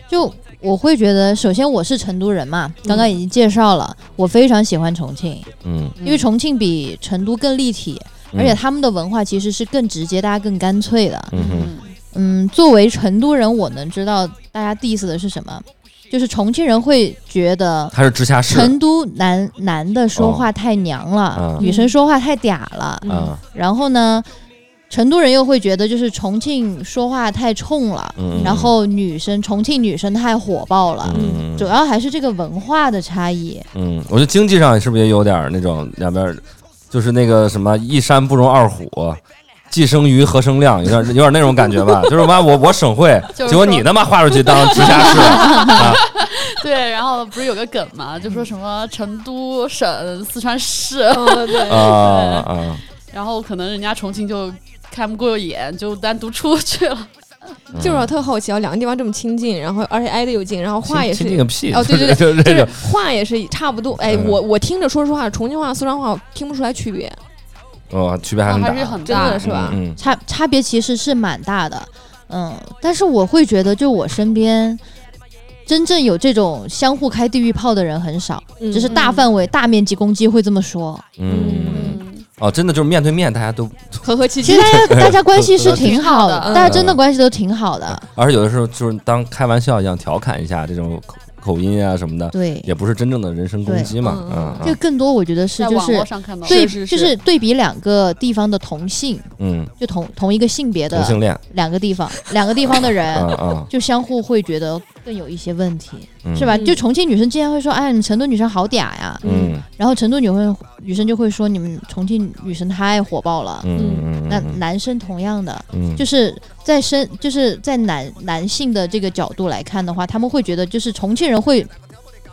S6: 就我会觉得，首先我是成都人嘛，刚刚已经介绍了，我非常喜欢重庆，
S4: 嗯，
S6: 因为重庆比成都更立体，
S4: 嗯
S6: 而且他们的文化其实是更直接，大家更干脆的。
S4: 嗯哼，
S5: 嗯
S6: 嗯，作为成都人，我能知道大家 diss 的是什么，就是重庆人会觉得。
S4: 他是哦直辖市
S6: 成都男男的说话太娘了，
S4: 啊
S6: 女生说话太嗲了。
S4: 啊，
S6: 然后呢，成都人又会觉得就是重庆说话太冲了，
S4: 嗯，
S6: 然后女生重庆女生太火爆了，
S4: 嗯
S6: 主要还是这个文化的差异。
S4: 嗯，我觉得经济上是不是也有点儿那种两边儿，就是那个什么一山不容二虎，既生瑜何生亮，有点有点那种感觉吧？就是妈我我省会，
S5: 就是
S4: 结果
S5: 说
S4: 你他妈划出去当直辖市啊，
S5: 对，然后不是有个梗嘛，就说什么成都省、四川市，
S3: 嗯，对，
S4: 啊啊！
S5: 然后可能人家重庆就看不过眼，就单独出去了。
S4: 嗯
S3: 就是我特好奇啊，两个地方这么亲近，然后而且挨得又近，然后话也是
S4: 亲亲。个屁！
S3: 哦，对对
S4: 就是
S3: 对，
S4: 这
S3: 就是
S4: 种
S3: 话也是差不多。哎，
S4: 嗯
S3: 我我听着，说实话，重庆话、四川话我听不出来区别，
S4: 哇，哦区别还
S5: 啊
S4: 很大，
S5: 还是很
S3: 真
S5: 大
S3: 的，是吧？
S4: 嗯，
S6: 差差别其实是蛮大的，嗯，但是我会觉得，就我身边真正有这种相互开地域炮的人很少，
S3: 嗯
S6: 只是大范围、大面积攻击会这么 说。
S4: 嗯嗯，
S5: 嗯，
S4: 哦，真的就是面对面，大家都，
S3: 和和气
S6: 其
S3: 气
S6: 实。大家大家关 系是挺好的
S5: 挺好，的
S6: 大家真的关系都挺好的。
S4: 而且有的时候就是当开玩笑一样调侃一下这种口口音啊什么的，
S6: 对，
S4: 也不是真正的人身攻
S6: 对
S4: 击嘛，
S3: 嗯
S4: 嗯
S6: 就
S4: 嗯
S6: 更多我觉得是
S5: 在
S6: 就
S5: 网
S6: 是
S5: 络上看到，
S6: 对，
S3: 是是
S6: 就是对比两个地方的同性，
S4: 嗯，
S6: 就同同一个性别
S4: 同性
S6: 的呃
S4: 恋，
S6: 两个地 方，两个地方的人
S4: 啊啊，
S6: 就相互会觉得更有一些问题，
S4: 嗯
S6: 是吧？
S3: 嗯
S6: 就重庆女生之前会说，哎，你成都女生好嗲呀，
S4: 嗯
S6: 然后成都女生女生就会说，你们重庆女生太火爆了。
S4: 嗯嗯，
S6: 那男生同样的，
S4: 嗯
S6: 就是在生，就是在男男性的这个角度来看的话，他们会觉得就是重庆人会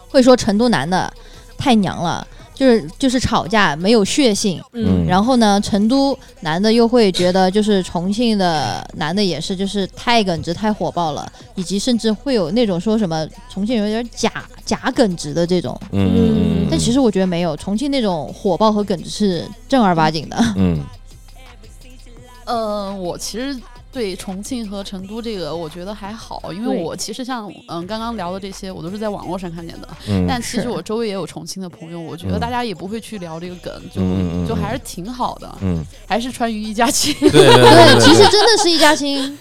S6: 会说成都男的太娘了，就是就是吵架没有血性，
S4: 嗯
S6: 然后呢，成都男的又会觉得就是重庆的男的也是就是太耿直太火爆了，以及甚至会有那种说什么重庆人有点假假耿直的这种，
S4: 嗯，
S6: 但其
S4: 实
S6: 实我觉得没有，重庆那种火爆和耿直是正儿八经的。
S4: 嗯
S5: 嗯，我其实对重庆和成都这个，我觉得还好，因为
S6: 对
S5: 我其实像嗯刚刚聊的这些，我都是在网络上看见的。
S4: 嗯，
S5: 但其
S6: 是
S5: 实我周围也有重庆的朋友，我觉得
S4: 嗯
S5: 大家也不会去聊这个梗，
S4: 嗯嗯嗯
S5: 就
S4: 嗯
S5: 就还是挺好的，
S4: 嗯，
S5: 还是川渝一家亲。
S4: 对对
S6: 对，
S4: 对，
S6: 其实真的是一家亲。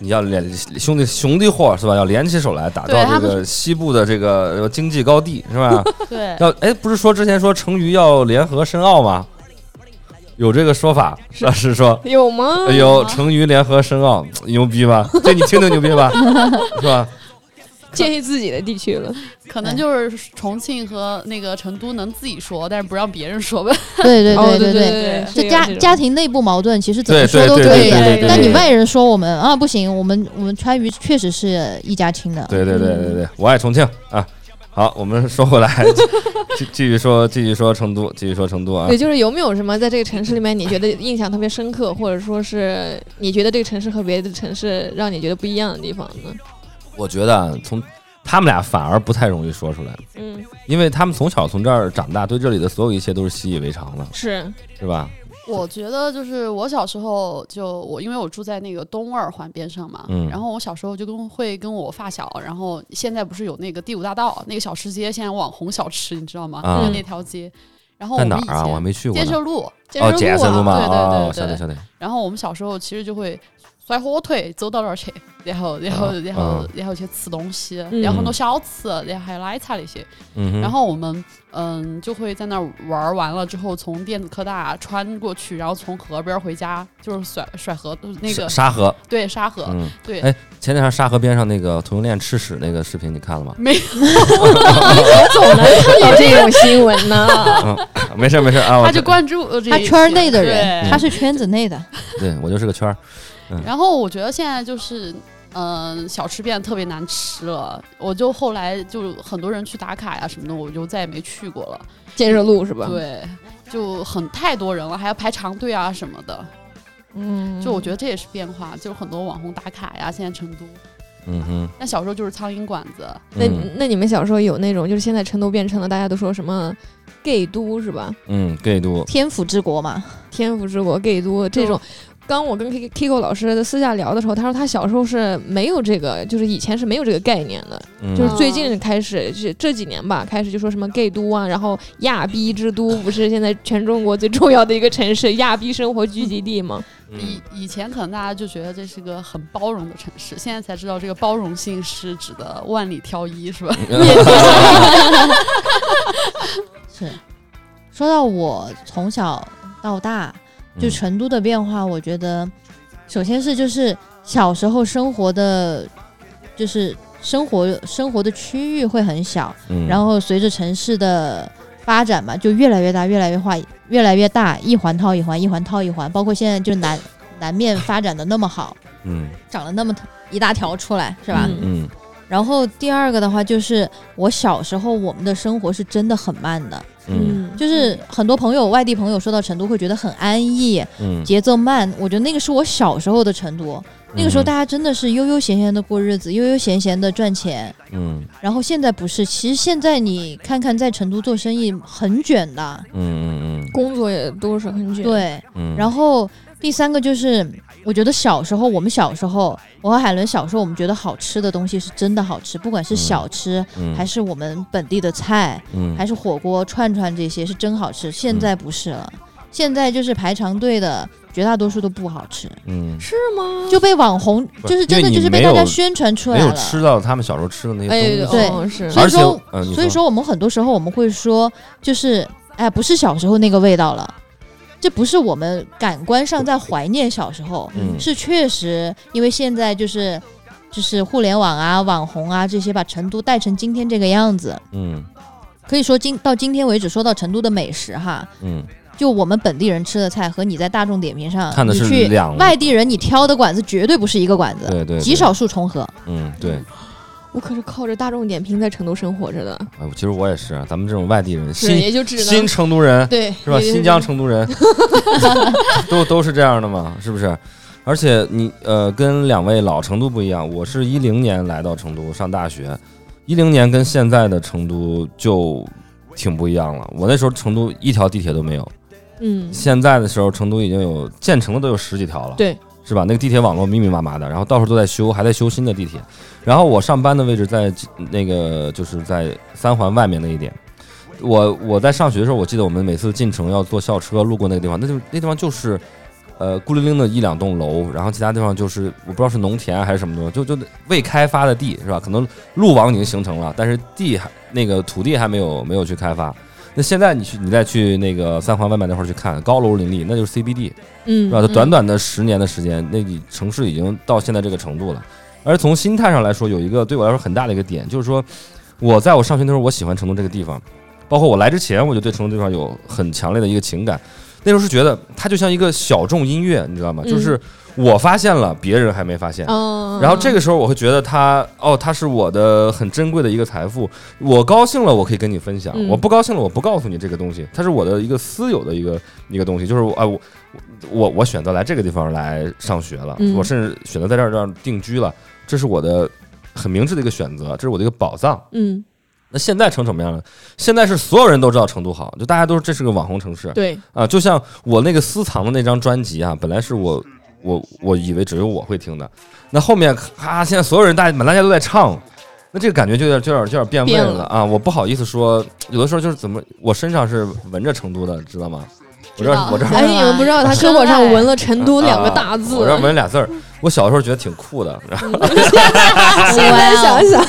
S4: 你要联兄弟兄弟伙是吧？要联起手来打造这个西部的这个呃经济高地是吧？
S5: 对，
S4: 要哎，不是说之前说成渝要联合申奥吗？有这个说法，是是说。
S3: 嗯有吗？
S4: 哎呦，
S6: 嗯
S4: 成渝联合申奥，牛逼吧？这你听听牛逼 吧，是吧？
S3: 建议自己的地区了。
S5: 可能就是重庆和那个成都能自己说，但是不让别人说吧。
S6: 对对
S3: 哦，对
S6: 对对，
S3: 对，
S6: 这
S3: 是有
S6: 家
S3: 这种
S6: 家庭内部矛盾其实怎么
S4: 对
S6: 说
S4: 对
S6: 都
S4: 对
S6: 可
S4: 对
S6: 以的。
S4: 对对，
S6: 但你外人说我们啊不行，我们我们川渝确实是一家亲的。
S4: 对对对对对，我爱重庆啊！好，我们说回来， 继继续说继续说成都，继续说成都啊！
S3: 对，就是有没有什么在这个城市里面，你觉得印象特别深刻，或者说是你觉得这个城市和别的城市让你觉得不一样的地方呢？
S4: 我觉得啊，从他们俩反而不太容易说出来，
S3: 嗯，
S4: 因为他们从小从这儿长大，对这里的所有一切都是习以为常了，
S3: 是，
S4: 是吧？
S5: 我觉得就是我小时候就我，因为我住在那个东二环边上嘛，
S4: 嗯
S5: 然后我小时候就跟会跟我发小，然后现在不是有那个第五大道那个小吃街，现在网红小吃，你知道吗？
S4: 啊
S5: 就那条街。然后哦我
S4: 在
S5: 们
S4: 哪
S5: 以
S4: 儿啊？我还
S5: 前
S4: 没去过
S5: 建
S4: 呢
S5: 设。路，
S3: 建
S4: 哦，
S3: 设
S4: 杰森
S3: 路
S4: 路
S3: 啊，
S4: 嘛，
S5: 对对对
S4: 哦，
S5: 对
S4: 晓得晓得。
S5: 然后我们小时候其实就会甩火腿走到那儿去，然后然
S4: 啊
S5: 后然后
S4: 嗯
S5: 然后去吃东西，
S3: 嗯
S5: 然后很多小吃，然后还有奶茶那些。
S4: 嗯哼，
S5: 然后我们嗯就会在那儿玩儿完了之后，从电子科大穿过去，然后从河边儿回家，就是甩甩河那
S4: 沙
S5: 个
S4: 沙河，
S5: 对沙河，
S4: 嗯，
S5: 对
S4: 哎，前两天沙河边上那个同性恋吃屎那个视频你 看了吗？
S5: 没
S3: 总能看到这种新闻 呢。
S4: 没事没事啊，我
S5: 他就关注呃了这
S6: 他
S5: 一
S6: 圈
S5: 些
S6: 内的人，
S5: 对
S6: 他是圈子内的，
S4: 对我就是个圈儿，
S5: 然后我觉得现在就是，嗯、小吃变得特别难吃了。我就后来就很多人去打卡呀什么的，我就再也没去过了。
S3: 建设路是吧？，
S5: 对，就很太多人了，还要排长队啊什么的。
S3: 嗯，
S5: 就我觉得这也是变化，就是很多网红打卡呀。现在成都，
S4: 嗯哼，
S5: 那小时候就是苍蝇馆子，
S3: 那
S4: 嗯
S3: 那你们小时候有那种，就是现在成都变成了大家都说什么 gay 都是吧？
S4: 嗯，gay 都
S6: 天府之国嘛。
S3: 天府之国 gay 都这种。刚我跟 K Kiko 老师私下聊的时候，他说他小时候是没有这个，就是以前是没有这个概念的，
S4: 嗯
S3: 就是 最近开始这这几年吧，开始就说什么 gay 都啊，然后亚逼之都不是现在全中国最重要的一个城市，亚逼生活聚集地吗？
S4: 嗯
S5: 以以前可能大家就觉得这是个很包容的城市，现在才知道这个包容性是指的万里挑一，是吧？
S4: 嗯
S6: 是，说到我从小到大，
S4: 嗯
S6: 就成都的变化，我觉得，首先是就是小时候生活的，就是生活生活的区域会很小，
S4: 嗯
S6: 然后随着城市的发展嘛，就越来越大，越来越化，越来越大，一环套一环，一环套一环，包括现在就是南南面发展的那么好，
S4: 嗯
S6: 长了那么一大条出来，是吧？
S3: 嗯
S4: 嗯
S6: 然后第二个的话就是，我小时候我们的生活是真的很慢的，
S4: 嗯
S6: 就是很多朋友外地朋友说到成都会觉得很安逸，
S4: 嗯，
S6: 节奏慢。我觉得那个是我小时候的成都，那
S4: 嗯
S6: 个时候大家真的是悠悠闲闲的过日子，悠悠闲闲的赚钱。
S4: 嗯
S6: 然后现在不是，其实现在你看看，在成都做生意很卷的，
S4: 嗯嗯
S3: 工作也都是很卷，，
S6: 对。
S4: 嗯，
S6: 然后第三个就是，我觉得小时候我们小时候，我和海伦小时候，我们觉得好吃的东西是真的好吃，不管是小吃
S4: 嗯
S6: 还是我们本地的菜，
S4: 嗯
S6: 还是火锅、串串这些是真好吃，现在不是了。现在就是排长队的，绝大多数都不好吃，
S4: 嗯
S3: 是吗？
S6: 就被网红
S4: 不是
S6: 就是真的
S4: 因为你
S6: 就是被
S4: 没有
S6: 大家宣传出
S4: 没
S6: 来
S4: 有
S6: 了。
S4: 吃到他们小时候吃的那些
S3: 哎，
S4: 东西，
S6: 对
S3: 哦是，
S6: 所以
S4: 而
S6: 说
S4: 且，呃你
S6: 所以
S4: 说
S6: 说我们很多时候我们会说，就是哎，不是小时候那个味道了，这不是我们感官上在怀念小时候，
S4: 嗯
S6: 是确实因为现在就是就是互联网啊、网红啊这些把成都带成今天这个样子。
S4: 嗯
S6: 可以说今到今天为止，说到成都的美食哈，
S4: 嗯
S6: 就我们本地人吃的菜和你在大众点评上
S4: 看的是
S6: 呃你去
S4: 两
S6: 外地人你挑的馆子绝对不是一个馆子，
S4: 对对
S6: 极少数重 合。
S4: 嗯对，
S3: 我可是靠着大众点评在成都生活着的，
S4: 哎我其实我也是啊，咱们这种外地人，
S3: 是
S4: 新
S3: 也就只
S4: 新
S3: 能
S4: 成都人
S3: 对
S4: 是吧？
S3: 也就
S4: 新疆成都人 都都是这样的嘛，是不是？而且你呃，跟两位老成都不一样，我是一零年来到成都上大学，一零年跟现在的成都就挺不一样了。我那时候成都一条地铁都没有，
S3: 嗯
S4: 现在的时候成都已经有建成的都有十几条了，
S3: 对，
S4: 是吧？那个地铁网络密密麻麻的，然后到处都在修，还在修新的地铁。然后我上班的位置在那个就是在三环外面那一点。我我在上学的时候，我记得我们每次进城要坐校车路过那个地方，那就那地方就是，呃，孤零零的一两栋楼，然后其他地方就是我不知道是农田啊还是什么东西，就就未开发的地是吧？可能路网已经形成了，但是地还那个土地还没有没有去开发。那现在你去你再去那个三环外面那块儿去看，高楼林立，那就是 CBD，
S3: 嗯，
S4: 是吧？它短短的十年的时间，那你城市已经到现在这个程度了。而从心态上来说，有一个对我来说很大的一个点，就是说，我在我上学的时候，我喜欢成都这个地方，包括我来之前，我就对成都这地方有很强烈的一个情感。那时候是觉得它就像一个小众音乐，你知道吗？
S3: 嗯
S4: 就是我发现了，别人还没发现。
S3: 嗯，
S4: 然后这
S3: 个
S4: 个时候我会觉得他哦，他是我的很珍贵的一个财富。我高兴了，我可以跟你分享；
S3: 嗯
S4: 我不高兴了，我不告诉你这个东西，它是我的一个私有的一个一个东西。就是我啊，我我我选择来这个地方来上学了，
S3: 嗯
S4: 我甚至选择在这儿这儿定居了，这是我的很明智的一个选择，这是我的一个宝藏。
S3: 嗯
S4: 那现在成什么样了？现在是所有人都知道成都好，就大家都是这是个网红城市。
S3: 对，
S4: 啊，就像我那个私藏的那张专辑啊，本来是我我我以为只有我会听的，那后面啊，现在所有人大满大家都在唱，那这个感觉就有点就有点就有点变味
S3: 变
S4: 了啊！我不好意思说，有的时候就是怎么我身上是闻着成都的，知道吗？我这儿我这儿
S3: 哎，你们不知道他胳膊上纹了“成都”两个大字
S4: 啊我，这儿纹俩字儿。我小时候觉得挺酷的，然后
S3: 现在想一想，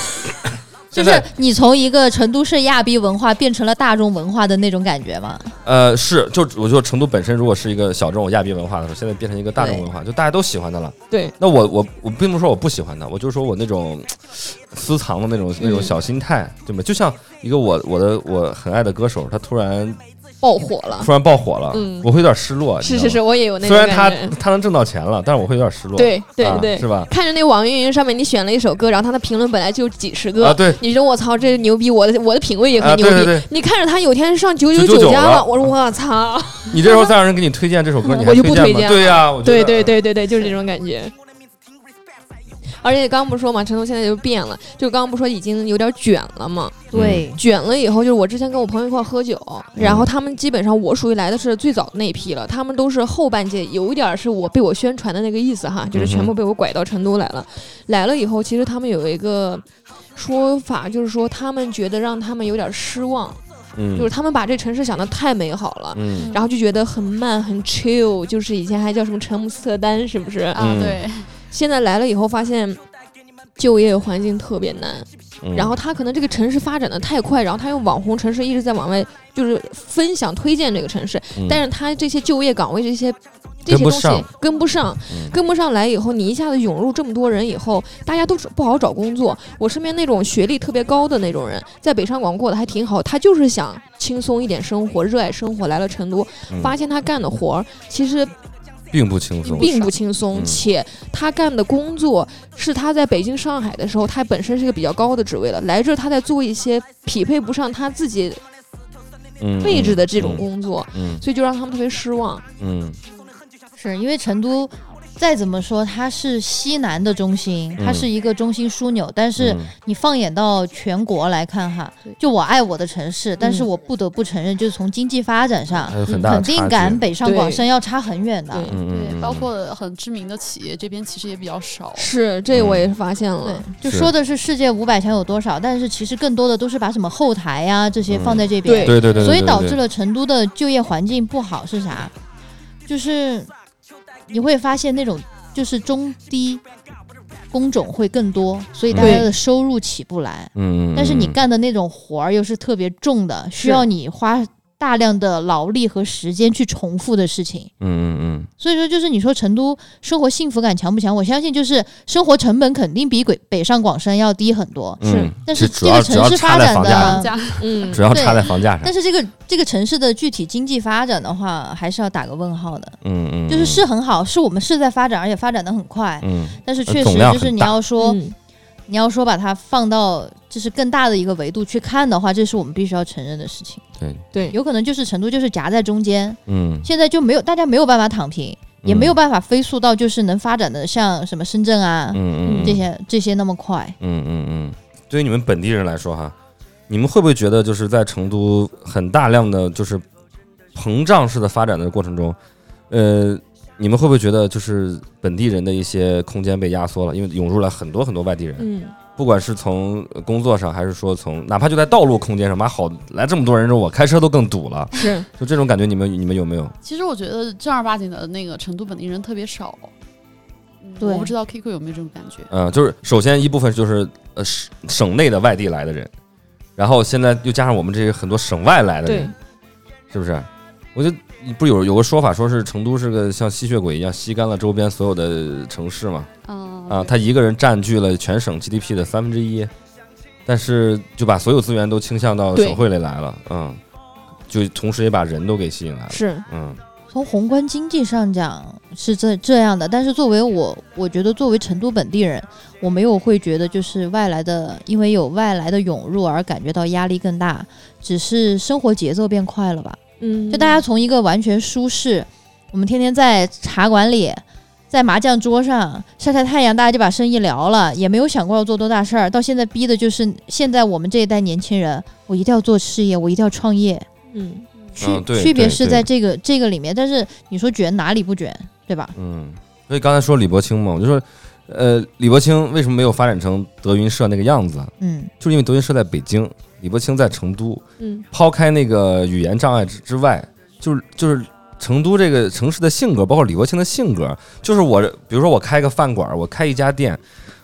S6: 就
S4: 现
S6: 是
S4: 在
S6: 你从一个成都市亚逼文化变成了大众文化的那种感觉嘛？
S4: 呃是就我就成都本身如果是一个小众亚裔文化的时候，现在变成一个大众文化，就大家都喜欢的了。
S3: 对，
S4: 那我我我并不是说我不喜欢它，我就是说我那种私藏的那
S3: 嗯
S4: 种那种小心态，对吗？就像一个我我的我很爱的歌手，他突然
S3: 爆火了。
S4: 突然爆火了，
S3: 嗯
S4: 我会有点失落。
S3: 是
S4: 你知道
S3: 是
S4: 吗
S3: 是，，我也有那
S4: 虽
S3: 种
S4: 然
S3: 感
S4: 他
S3: 觉。
S4: 他能挣到钱了，但是我会有点失落。
S3: 对对
S4: 啊
S3: 对
S4: 是吧？
S3: 看着那网易云上面你选了一首歌，然后他的评论本来就几十个，
S4: 啊对
S3: 你觉得我操这牛逼，我的我的品味也很
S4: 啊
S3: 牛逼。
S4: 对对对
S3: 你看着他有天上九
S4: 999
S3: 家
S4: 了
S3: 我说我 操，
S4: 你这时候再让人给你推荐这 首歌，
S3: 嗯
S4: 你
S3: 我
S4: 还
S3: 就不
S4: 荐
S3: 推
S4: 吗？
S3: 荐
S4: 对呀，我觉
S3: 对
S4: 得
S3: 对对对对，就是这种感觉。而且刚不说嘛，成都现在就变了，就刚不说已经有点卷了嘛，
S4: 对
S3: 卷了以后，就是我之前跟我朋友一块儿喝酒，
S4: 嗯
S3: 然后他们基本上我属于来的是最早的那一批了，他们都是后半届，有一点儿是我被我宣传的那个意思哈，
S4: 嗯
S3: 就是全部被我拐到成都来了。来了以后，其实他们有一个说法，就是说他们觉得让他们有点失望，
S4: 嗯，
S3: 就是他们把这城市想的太美好了。
S4: 嗯
S3: 然后就觉得很慢很 chill，就是以前还叫什么陈姆斯特丹，是不是？
S5: 啊
S4: 嗯，
S5: 对，
S3: 现在来了以后发现，就业环境特别难，
S4: 嗯
S3: 然后他可能这个城市发展的太快，然后他用网红城市一直在往外就是分享推荐这个城市，
S4: 嗯
S3: 但是他这些就业岗位这些这
S4: 跟
S3: 些
S4: 不
S3: 东西
S4: 上
S3: 跟不上，
S4: 嗯
S3: 跟不上来以后，你一下子涌入这么多人以后，大家都不好找工作。我身边那种学历特别高的那种人，在北上广过得还挺好，他就是想轻松一点生活，热爱生活，来了成都
S4: 嗯，
S3: 发现他干的活儿其实
S4: 并不轻松，
S3: 并不轻松，
S4: 嗯
S3: 且他干的工作是他在北京、上海的时候，他本身是一个比较高的职位了，来这儿他在做一些匹配不上他自己
S4: 嗯
S3: 位置的这种，工作，
S4: 嗯
S3: 所以就让他们特别失望。
S4: 嗯
S6: 是因为成都再怎么说它是西南的中心，它
S4: 嗯
S6: 是一个中心枢纽，但是
S4: 嗯
S6: 你放眼到全国来看哈，就我爱我的城
S3: 嗯
S6: 市，但是我不得不承认，就是从经济发展上
S4: 还有，很大的
S6: 肯定
S4: 差距
S6: 赶北上广
S3: 对
S6: 深要差很远的。
S3: 对
S4: 嗯嗯
S5: 对，
S4: 嗯，
S5: 包括很知名的企业这边其实也比较少。
S3: 是，这
S4: 嗯
S3: 我也是发现
S6: 对
S3: 了。，
S6: 就是说的是世界五百强有多少，但是其实更多的都是把什么后台呀、这些放在这边，
S3: 对
S4: 对对对，
S6: 所以导致
S4: 了
S6: 了成都的就业环境不好是啥？就是你会发现那种就是中低工种会更多，所以大家
S3: 对
S6: 的收入起不来。
S4: 嗯，嗯
S6: 但是你
S4: 嗯
S6: 干的那种活儿又是特别重的，需
S3: 是
S6: 要你花大量的劳力和时间去重复的事情。
S4: 嗯嗯
S6: 所以说，就是你说成都生活幸福感强不强？我相信，就是生活成本肯定比北北上广深要低很多，
S4: 嗯，嗯
S6: 但
S4: 其
S6: 是
S4: 实主
S6: 这
S4: 要
S6: 个
S4: 主
S6: 城
S4: 要
S6: 市
S4: 差
S6: 发
S4: 在
S6: 展
S4: 房价上，
S6: 的
S5: 家
S3: 嗯，
S4: 主要差在
S6: 对
S4: 房价上，
S6: 但是这个这个城市的具体经济发展的话，还是要打个问号的。
S4: 嗯嗯，
S6: 就是是很好，是我们是在发展，而且发展的很快。
S4: 嗯，
S6: 但是确
S4: 总
S6: 实
S4: 量
S6: 就是
S4: 很
S6: 你
S4: 大
S6: 要说，
S3: 嗯
S6: 你要说把它放到就是更大的一个维度去看的话，这是我们必须要承认的事情。
S4: 嗯对，
S3: 对，
S6: 有可能就是成都就是夹在中间，
S4: 嗯
S6: 现在就没有大家没有办法躺平，也没有办法飞速到就是能发展的像什么深圳啊、
S4: 嗯嗯
S6: 这些这些那么快。
S4: 嗯嗯嗯，对于你们本地人来说哈，你们会不会觉得就是在成都很大量的就是膨胀式的发展的过程中，呃，你们会不会觉得就是本地人的一些空间被压缩了，因为涌入了很多很多外地人，
S3: 嗯，
S4: 不管是从呃工作上，还是说从哪怕就在道路空间上，妈好来这么多人之后，我开车都更堵了，
S3: 是
S4: 就这种感觉，你们你们有没有？
S5: 其实我觉得正儿八经的那个成都本地人特别少，嗯
S6: 对
S5: 我不知道 Kiko 有没有这种感觉。
S4: 嗯、就是首先一部分就是呃省省内的外地来的人，然后现在又加上我们这些很多省外来的
S3: 对
S4: 人，，是不是？我觉得不是有有个说法，说是成都是个像吸血鬼一样吸干了周边所有的城市嘛？
S5: 嗯
S4: 啊，他一个人占据了全省 GDP 的三分之一，但是就把所有资源都倾向到
S3: 对
S4: 省会里来了，嗯，就同时也把人都给吸引来了，
S3: 是
S4: 嗯。
S6: 从宏观经济上讲是这这样的，但是作为我，我觉得作为成都本地人，我没有会觉得就是外来的，因为有外来的涌入而感觉到压力更大，只是生活节奏变快了吧？
S3: 嗯，
S6: 就大家从一个完全舒适，我们天天在茶馆里。在麻将桌上晒晒太阳，大家就把生意聊了，也没有想过要做多大事儿。到现在逼的就是现在我们这一代年轻人，我一定要做事业，我一定要创业，
S3: 嗯
S6: 区、
S4: 嗯对
S6: 区别
S4: 对
S6: 是
S4: 对
S6: 在这个这个里面，但是你说卷哪里不卷，对吧？
S4: 嗯，所以刚才说李伯清嘛，我就说，呃，李伯清为什么没有发展成德云社那个样子啊？
S6: 嗯，
S4: 就是因为德云社在北京，李伯清在成都。
S3: 嗯
S4: 抛开那个语言障碍之之外，就是就是成都这个城市的性格，包括李国庆的性格，就是我，比如说我开个饭馆，我开一家店，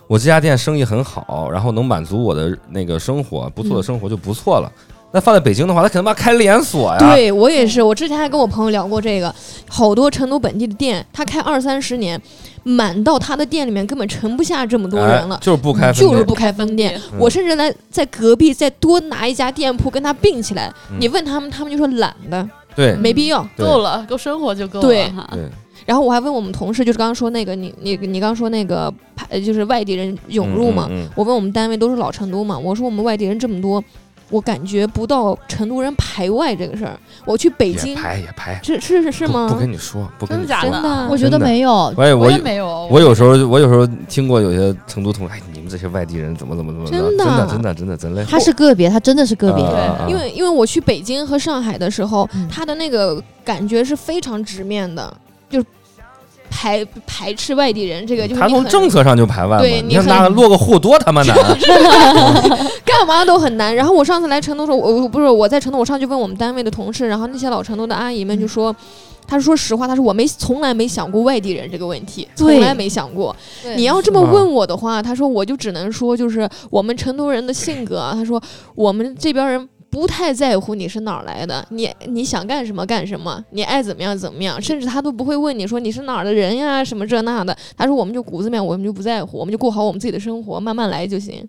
S4: 我这家店生意很好，然后能满足我的那个生活，不错的生活就不错了。那放在北京的话，他可能妈开连锁哎呀，
S3: 对我也是，我之前还跟我朋友聊过这个，好多成都本地的店，他开二三十年，满到他的店里面根本盛不下这么多人了
S4: 哎、。就是不开分店，
S3: 就是不开分店，
S4: 嗯
S3: 我甚至来在隔壁再多拿一家店铺跟他并起来。
S4: 嗯
S3: 你问他们，他们就说懒的，
S4: 对
S3: 没必要。
S4: 对
S5: 够了，够生活就够了。
S3: 对
S5: 哈
S4: 对
S3: 然后我还问我们同事，就是刚刚说那个你你你刚说那个排呃就是外地人涌入嘛，
S4: 嗯嗯嗯
S3: 我问我们单位都是老成都嘛，我说我们外地人这么多，我感觉不到成都人排外这个事儿。我去北京
S4: 也，排也排，
S3: 是是是是吗？
S4: 不跟你说，不跟
S5: 真
S4: 你
S5: 的
S4: 说。
S5: 假
S3: 真
S5: 的啊？
S3: 的，
S6: 我觉得
S4: 真的
S6: 没有，
S4: 哎，我
S5: 我也
S4: 有
S5: 没有，哦
S4: 我有时候我有时候听过有些成都同学，哎，你们这些外地人怎么怎么怎么
S3: 真的
S4: 的真的真的真的，
S6: 他是个别，他真的是个别。
S5: 对
S4: 啊啊啊
S3: 因为因为我去北京和上海的时候，
S6: 嗯
S3: 他的那个感觉是非常直面的，就是排排斥外地人，这个就是
S4: 嗯他
S3: 你
S4: 从
S3: 很
S4: 政策 上就排外嘛，
S3: 对
S4: 你
S3: 你
S4: 看
S3: 很
S4: 那个落个户多他妈 难，啊
S3: 干嘛都很难。然后我上次来成都的时候，我我不是我在成都，我上去问我们单位的同事，然后那些老成都的阿姨
S4: 嗯
S3: 们就说。她说实话，她说我没从来没想过外地人这个问题，
S6: 对
S3: 从来没想过。
S6: 对啊
S3: 你要这么
S4: 是吗
S3: 问我的话，她说我就只能说，就是我们成都人的性格啊。她说我们这边人不太在乎你是哪儿来的，你你想干什么干什么，你爱怎么样怎么样，甚至她都不会问你说你是哪儿的人呀，什么这那的。她说我们就骨子面，我们就不在乎，我们就过好我们自己的生活，慢慢来就行。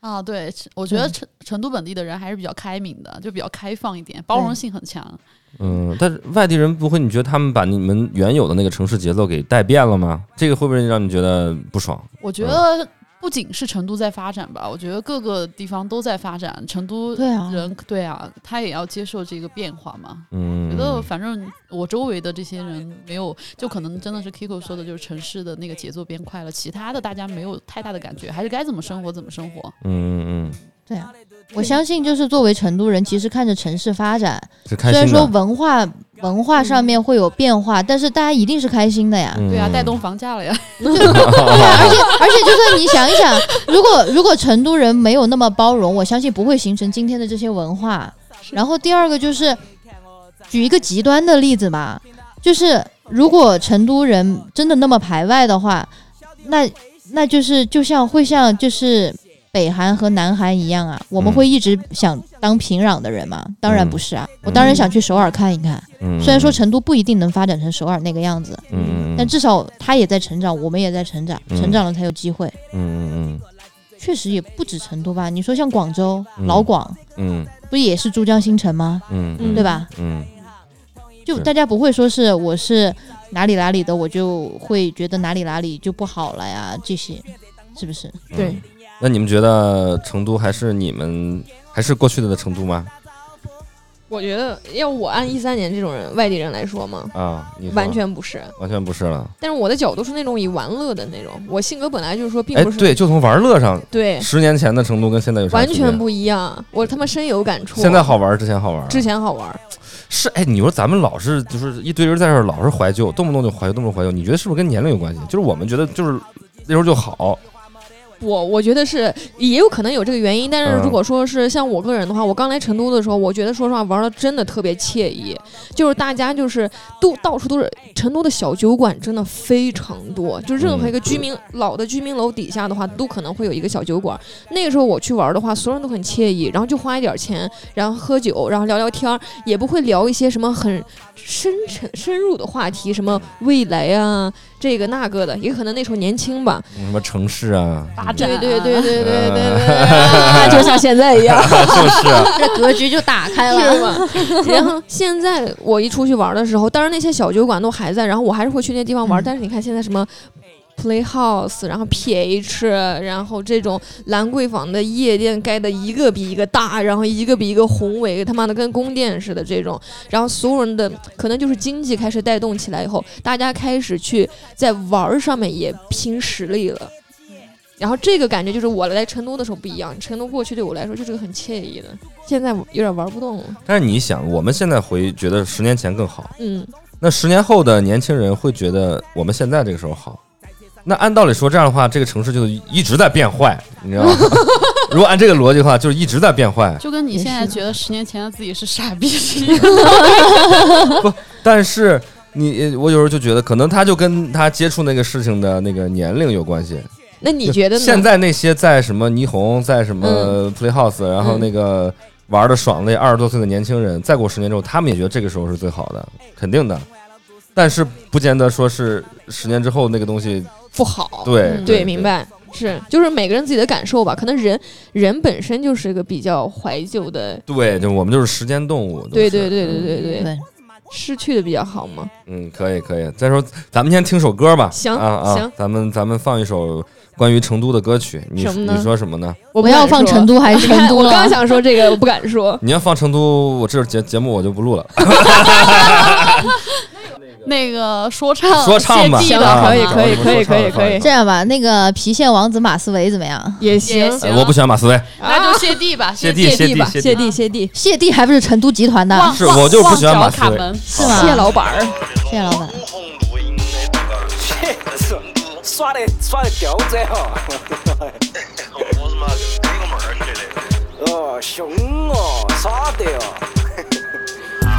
S5: 啊，对，我觉得
S6: 嗯
S5: 成成都本地的人还是比较开明的，就比较开放一点，包容性很强。
S4: 嗯，但是外地人不会，你觉得他们把你们原有的那个城市节奏给带变了吗？这个会不会让你觉得不爽？
S5: 我觉
S4: 嗯
S5: 得不仅是成都在发展吧，我觉得各个地方都在发展。成都
S6: 对啊
S5: 人对啊，他也要接受这个变化嘛。
S4: 嗯，
S5: 觉得反正我周围的这些人没有，就可能真的是 Kiko 说的，就是城市的那个节奏变快了，其他的大家没有太大的感觉，还是该怎么生活怎么生活。
S4: 嗯嗯嗯，
S6: 对啊，我相信就是作为成都人，其实看着城市发展，
S4: 是开
S6: 虽然
S4: 心
S6: 说
S4: 的。
S6: 文化文化上面会有变化，但是大家一定是开心的呀。
S4: 嗯
S5: 对 啊，带动房价了呀。
S6: 对啊，而且而且就是你想一想，如果如果成都人没有那么包容，我相信不会形成今天的这些文化。然后第二个就是，举一个极端的例子吧，就是如果成都人真的那么排外的话，那那就是就像会像就是。北韩和南韩一样啊，我们
S4: 嗯
S6: 会一直想当平壤的人吗？当然不是啊，我当然想去首尔看一看。
S4: 嗯，
S6: 虽然说成都不一定能发展成首尔那个样子，
S4: 嗯，嗯嗯，
S6: 但至少他也在成长，我们也在成长，
S4: 嗯
S6: 成长了才有机会。
S4: 嗯嗯
S6: 确实也不止成都吧，你说像广州、
S4: 嗯
S6: 老广，
S4: 嗯
S6: 不也是珠江新城吗？
S4: 嗯嗯，
S3: 嗯
S6: 对吧？
S4: 嗯
S6: 就是大家不会说是我是哪里哪里的，我就会觉得哪里哪里就不好了呀，这些是不是？
S4: 嗯对。那你们觉得成都还是你们还是过去的成都吗？
S3: 我觉得要我按一三年这种人外地人来说嘛，
S4: 啊，你说
S3: 完全不是。
S4: 完全不是了。
S3: 但是我的角度是那种以玩乐的那种，我性格本来就是说并
S4: 哎
S3: 不，是
S4: 对，就从玩乐上，
S3: 对
S4: 十年前的成都跟现在有啥
S3: 完
S4: 区别
S3: 全不一样，我他妈深有感触。
S4: 现在好玩，之前好玩。
S3: 之前好玩，
S4: 是哎，你说咱们老是就是一堆人在这儿老是怀旧，动不动就怀旧，动不动怀旧，你觉得是不是跟年龄有关系？就是我们觉得就是那时候就好，
S3: 我我觉得是也有可能有这个原因，但
S4: 嗯
S3: 是如果说是像我个人的话，我刚来成都的时候，我觉得说实话玩的真的特别惬意，就是大家就是都到处都是成都的小酒馆，真的非常多，就任何一个居民、老的居民楼底下的话，都可能会有一个小酒馆。那个时候我去玩的话，所有人都很惬意，然后就花一点钱，然后喝酒，然后聊聊天儿，也不会聊一些什么很深沉深入的话题，什么未来啊这个那个的，也可能那时候年轻吧，
S4: 什么城市啊，
S5: 发展
S3: 对对对对对对对
S4: 嗯
S3: 啊， 就像现在一样，
S4: 就是啊
S6: 这格局就打开
S3: 是。吗？然后现在我一出去玩的时候，当然那些小酒馆都还在，然后我还是会去那些地方玩。
S6: 嗯
S3: 但是你看现在什么 Playhouse，然后 PH，然后这种兰桂坊的夜店盖的一个比一个大，然后一个比一个宏伟，他妈的跟宫殿似的这种。然后所有人的可能就是经济开始带动起来以后，大家开始去在玩儿上面也拼实力了。然后这个感觉就是我来成都的时候不一样，成都过去对我来说就是个很惬意的，现在我有点玩不动了。
S4: 但是你想，我们现在回觉得十年前更好，
S3: 嗯，
S4: 那十年后的年轻人会觉得我们现在这个时候好。那按道理说这样的话，这个城市就一直在变坏，你 知道吗？如果按这个逻辑的话，就是一直在变坏。
S5: 就跟你现在
S6: 也 是
S5: 觉得十年前的自己是傻逼是一样。
S4: 但是你，我有时候就觉得，可能他就跟他接触那个事情的那个年龄有关系。
S3: 那你觉得呢？
S4: 现在那些在什么霓虹，在什么
S3: 嗯
S4: Playhouse，、然后那个玩的爽的二十多岁的年轻人，再过十年之后，他们也觉得这个时候是最好的，肯定的。但是不见得说是十年之后那个东西，
S3: 不好，
S4: 对、
S5: 嗯
S3: 对，明。白。是，就是每个人自己的感受吧。可能人人本身就是一个比较怀旧的，
S4: 对，就我们就是时间动物。都
S3: 对
S4: 是
S3: 对对对对对，
S6: 对，
S3: 失去的比较好嘛。
S4: 嗯，可以可以。再说，咱们先听首歌吧。
S3: 行
S4: 啊啊，
S3: 行
S4: 咱们咱们放一首关于成都的歌曲。你
S3: 什么呢
S4: 你说什么呢？
S3: 我
S6: 我
S3: 不
S6: 要
S3: 敢
S6: 放
S3: 说
S6: 成，都 还是
S3: 你看
S6: 成都
S3: 我
S6: 了？
S3: 刚想说这个，我不敢说。
S4: 你要放成都，我这节节目我就不 录了。
S5: 那个说
S3: 哦
S5: 唱，
S4: 说唱吧
S5: 谢帝
S3: 行
S5: 的
S4: 啊
S5: 好吗
S3: 可以
S4: 啊
S3: 可以
S4: 我们
S3: 可以
S4: 说唱
S3: 可以
S4: 的
S3: 可
S4: 放
S3: 以
S4: 一首
S6: 这样吧，那个郫县王子马思唯怎么样？
S3: 也
S5: 行
S4: 呃我不喜欢马思唯，
S5: 那就谢帝吧，
S4: 谢
S5: 谢
S4: 帝谢
S3: 地吧，
S4: 谢
S3: 谢
S4: 地
S3: 地谢地，
S6: 谢帝还不是成都集团的，
S5: 忘
S4: 是
S5: 忘
S4: 我就不
S5: 忘
S4: 喜欢
S5: 脚
S4: 马思
S5: 卡
S4: 唯
S5: 门
S6: 是吗？
S3: 谢老板儿。
S6: 谢老板，
S2: 耍的耍的刁钻哈。哦，凶哦，耍的哦。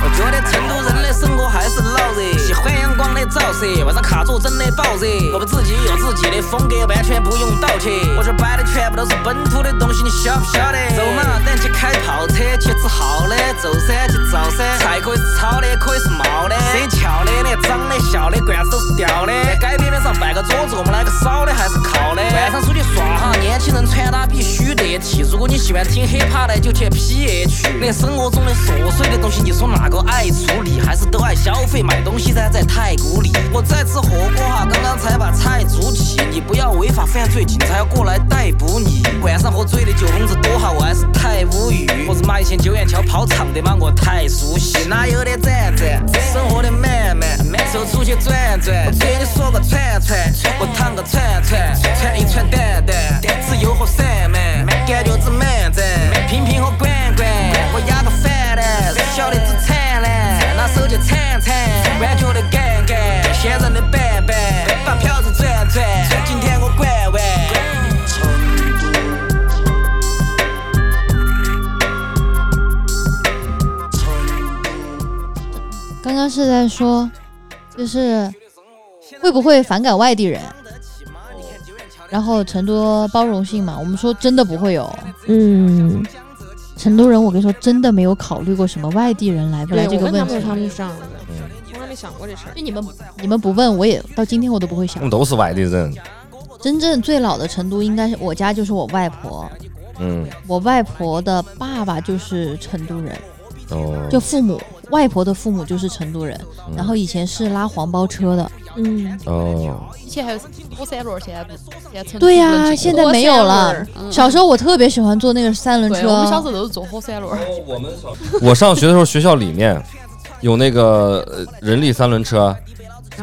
S2: 我觉得成都人的生活还是老热，喜欢阳光的照射，晚上卡住真的爆热。我们自己有自己的风格，完全不用盗窃。我这摆的全部都是本土的东西，你晓不晓得？走嘛，咱去开跑车，去吃好的，走噻去找噻。菜可以是炒的，可以是冒的，谁翘的、那长的、笑的，罐子都是掉的。在街边边上摆个桌子，我们来个烧的还是烤的？晚上出去耍哈，年轻人穿搭必须得体。如果你喜欢听 hiphop 的，就去 PH。那生活中的琐碎的东西，你说哪个爱处理？还是都爱消费买东西噻，在太古里。我在吃火锅哈，刚刚才把菜煮起。你不要违法犯罪，警察要过来逮捕你。晚上喝醉的酒疯子多哈，我还是太无语。我是妈以前九眼桥跑场的嘛，我太熟悉。哪有的站站，生活的慢慢，走出去转转。我嘴里说个串串，我烫个串串，串一串蛋蛋，自由和散漫，感觉这满赞。瓶瓶和罐罐，我压个饭蛋，笑的直灿烂，拿手机铲铲，弯角的杆杆，闲人的板板，把票子转转，今天我拐弯。
S6: 刚刚是在说，就是会不会反感外地人？然后成都包容性嘛，我们说真的不会有。
S3: 嗯，
S6: 成都人，我跟你说，真的没有考虑过什么外地人来不来
S3: 对，
S6: 这
S3: 我
S6: 个
S3: 问他们有。
S6: 问题
S3: 他们这样的，从来没想过这事儿。
S6: 就你们你们不问，我也到今天我都不会
S4: 他
S6: 想
S4: 们。都是外地人。
S6: 真正最老的成都，应该是我家就是我外婆，
S4: 嗯，
S6: 我外婆的爸爸就是成都人，
S4: 哦，
S3: 嗯
S6: 就父母，外婆的父母就是成都人，
S4: 嗯
S6: 然后以前是拉黄包车的。
S3: 嗯，
S4: 哦，
S5: 以前还有多三轮，现在不现在
S6: 对呀、现在没有了。小时候我特别喜欢坐那个三轮
S5: 嗯对，
S6: 车，
S5: 我们小时候都是坐火三轮，
S4: 我们我上学的时候，学校里面有那个呃人力三轮车，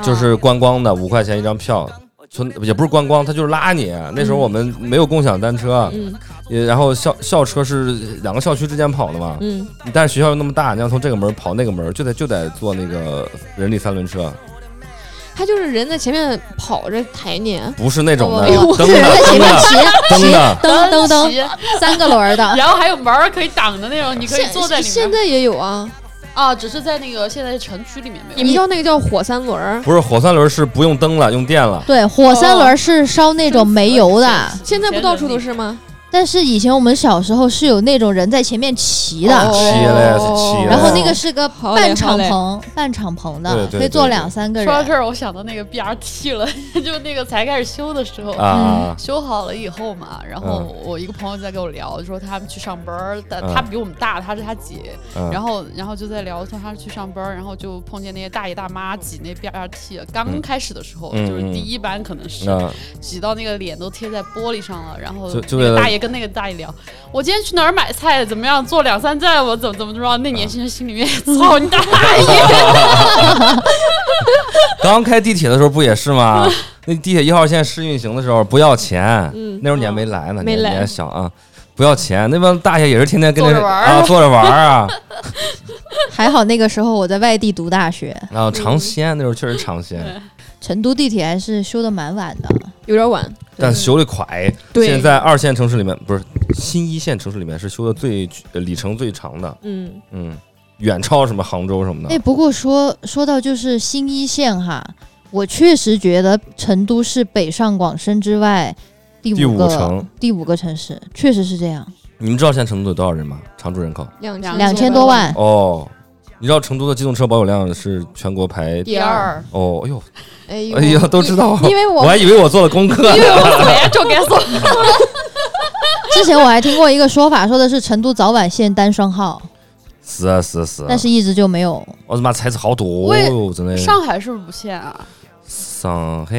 S4: 就是观光的，五块钱一张票。村也不是观光，他就是拉你。啊那时候我们没有共享单车，啊也然后校校车是两个校区之间跑的嘛。
S3: 嗯，
S4: 但是学校又那么大，你要从这个门跑那个门，就得就得坐那个人力三轮车，
S3: 他就是人在前面跑着抬你，
S4: 不是那种的
S6: 哎 呦
S4: 蹬
S6: 是人
S4: 的
S6: 在前
S4: 蹬
S6: 面
S4: 的
S6: 骑
S4: 蹬
S6: 骑
S4: 的，
S6: 蹬蹬
S5: 当时
S6: 蹬，三个轮 儿的。
S5: 然后还有门儿可以挡的那种，你可以
S3: 现
S5: 坐在里
S3: 现
S5: 面
S3: 在也有啊，
S5: 啊，只是在那个现在城区里面没有。
S3: 你们知道那个叫火三轮儿，
S4: 不是火三轮是不用蹬了，用电了。
S6: 对，火三轮是烧那种煤油的，
S3: 现在不到处都是吗？
S6: 但是以前我们小时候是有那种人在前面骑的，
S3: 哦
S4: 骑嘞骑嘞
S6: 然后那个是个
S3: 好嘞
S6: 半
S3: 好
S6: 敞
S3: 嘞
S6: 篷，半敞篷
S4: 哦对
S6: 的，
S4: 对
S6: 可以坐
S4: 对
S6: 两三个
S5: 说到这
S6: 人。
S5: 儿，我想到那个 BRT 了， 就那个才开始修的时候，
S4: 啊，
S5: 修好了以后嘛，然后我一个朋友在跟我聊，说他们去上班儿，但
S4: 嗯
S5: 他比我们大，他是他姐，
S4: 嗯
S5: 然后然后就在聊说他去上班儿，然后就碰见那些大爷大妈挤那 BRT，刚开始的时候、
S4: 嗯
S5: 就是第一班可能是、
S4: 啊，
S5: 挤到那个脸都贴在玻璃上了，然后
S4: 就就
S5: 那
S4: 为
S5: 个
S4: 了
S5: 大爷跟那个大爷聊，我今天去哪儿买菜，怎么样，坐两三站，我怎么怎么着，那年轻人心里面操你大
S4: 嗯
S5: 爷，
S4: 刚开地铁的时候不也是吗？那地铁一号线试运行的时候不要钱，
S6: 嗯
S4: 那时候你还没来呢，
S3: 嗯没
S4: 你还
S3: 来
S4: 你还小啊，不要钱。那帮大爷也是天天跟
S5: 坐
S4: 着
S5: 着玩儿
S4: 啊坐着玩儿啊，
S6: 还好那个时候我在外地读大学，
S4: 然后尝鲜，那时候确实尝鲜，
S6: 成都地铁还是修的蛮晚的。
S3: 有点晚，
S4: 但修的快。
S3: 对
S4: 现在二线城市里面不是新一线城市里面是修的最呃里程最长的，
S3: 嗯，
S4: 嗯，远超什么杭州什么
S6: 哎，
S4: 的。
S6: 不过说说到就是新一线哈，我确实觉得成都是北上广深之外第
S4: 第
S6: 五
S4: 五
S6: 个
S4: 城，
S6: 第五个城市，确实是这样。
S4: 你们知道现在成都有多少人吗？常住人口？
S3: 两
S6: 嗯两千多万，
S4: 哦，你知道成都的机动车保有量是全国排？
S3: 第二，，
S4: 哦，哎呦，
S3: 哎呦
S4: 哎呦，都知道，
S3: 因因为
S4: 我
S3: 我
S4: 还以为我做了功课。
S3: 呀，就该说，
S6: 之前我还听过一个说法，说的是成都早晚限单双号，
S4: 是啊是啊是啊
S6: 但，是一直就没有。
S4: 我的妈，菜子好多
S5: 我也
S4: 哟，真的。
S5: 上海是不是不限啊？
S4: 上海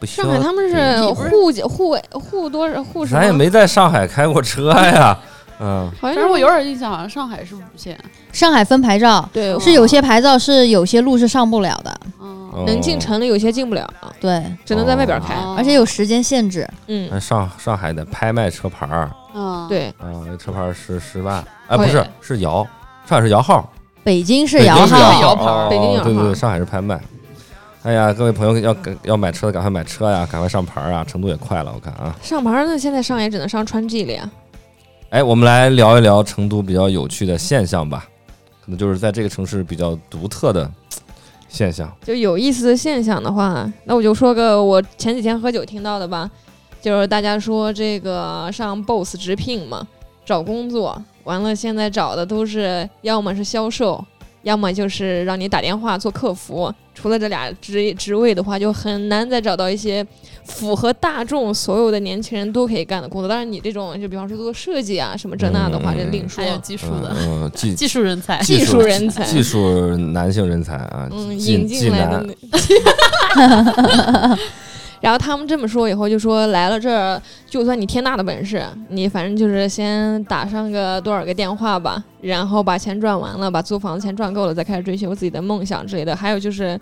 S4: 不晓
S3: 上海他们是户籍户委户多少户什么
S4: 咱也没在上海开过车 呀。嗯，
S3: 好
S5: 反
S3: 像
S5: 正我
S3: 是
S5: 有点印象，好像上海是不是不限。
S6: 上海分牌照
S3: 对
S6: 是有些牌照是有些路是上不了的，
S5: 嗯，
S4: 哦
S3: 能进。城的，有些进不了，
S6: 对，
S3: 只能在外边开。
S5: 哦
S6: 而且有时间限制。
S3: 嗯，
S4: 那哎上上海的拍卖车牌儿
S5: 嗯，
S3: 对，
S4: 啊，那车牌儿是十万，哎，不
S3: 对
S4: 是是摇，上海是摇号，
S6: 北京是
S4: 北京
S6: 摇
S4: 是摇
S6: 号，
S3: 摇牌
S4: 哦
S3: 北京摇号
S4: 对对对，上海是拍卖。哎呀，各位朋友要要买车的赶快买车呀，赶快上牌儿啊！成都也快了，我看啊。
S3: 上牌儿呢，现在上也只能上川 G 了呀。
S4: 哎，我们来聊一聊成都比较有趣的现象吧，可能就是在这个城市比较独特的嘖现象。
S3: 就有意思的现象的话，那我就说个我前几天喝酒听到的吧，就是大家说这个上 Boss 直聘嘛，找工作，完了现在找的都是要么是销售，要么就是让你打电话做客服，除了这俩职职位的话，就很难再找到一些符合大众所有的年轻人都可以干的工作。当然，你这种就比方说做设计啊什么这那的话，
S4: 嗯嗯
S3: 这
S4: 嗯
S3: 另说
S5: 还。有技术的、
S4: 嗯，嗯技
S5: 技术人才，
S4: 技
S3: 技
S4: 术
S3: 术人才，
S4: 技术男性人才啊，
S3: 嗯，
S4: 技
S3: 引
S4: 技
S3: 进来的
S4: 男，
S3: 那。 然后他们这么说以后，就说来了这儿，就算你天大的本事，你反正就是先打上个多少个电话吧，然后把钱赚完了，把租房的钱赚够了，再开始追求自己的梦想之类的。还有就是，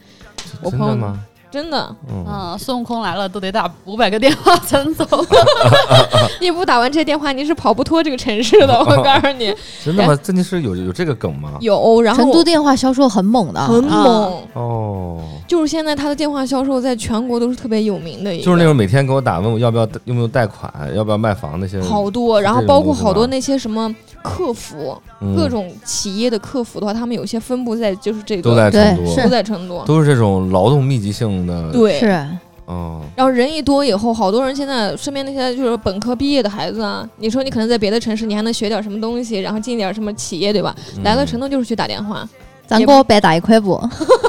S3: 我
S4: 真
S3: 朋
S4: 的
S3: 友哎
S4: 吗？
S3: 真的，
S4: 嗯，
S5: 嗯，孙悟空来了都得打五百个电话才能走。
S3: 你不打完这电话，你是跑不脱这个城市的。我告诉 你，
S4: 真的吗？真的是有有这个梗吗？
S3: 有，然后
S6: 成都电话销售很猛的啊，
S3: 很
S5: 啊
S3: 猛，
S4: 哦，
S3: 就是现在他的电话销售在全国都是特别有名的一个，
S4: 就是那种每天给我打问我要不要用不用贷款，要不要卖房那些人，
S3: 好多，然后
S4: 这种
S3: 包括
S4: 东西
S3: 好多
S4: 吧
S3: 那些什么客服，
S4: 嗯
S3: 各种企业的客服的话，他们有些分布在就是这个
S4: 都在成
S6: 对
S4: 都
S6: 是，
S3: 都在成都，
S4: 都是这种劳动密集性的，
S3: 对。
S6: 是
S4: 哦，
S3: 然后人一多以后，好多人现在身边那些就是本科毕业的孩子啊，你说你可能在别的城市你还能学点什么东西，然后进点什么企业，对吧？
S4: 嗯
S3: 来了成都就是去打电话，
S6: 咱
S3: 也
S6: 给我白打一块不？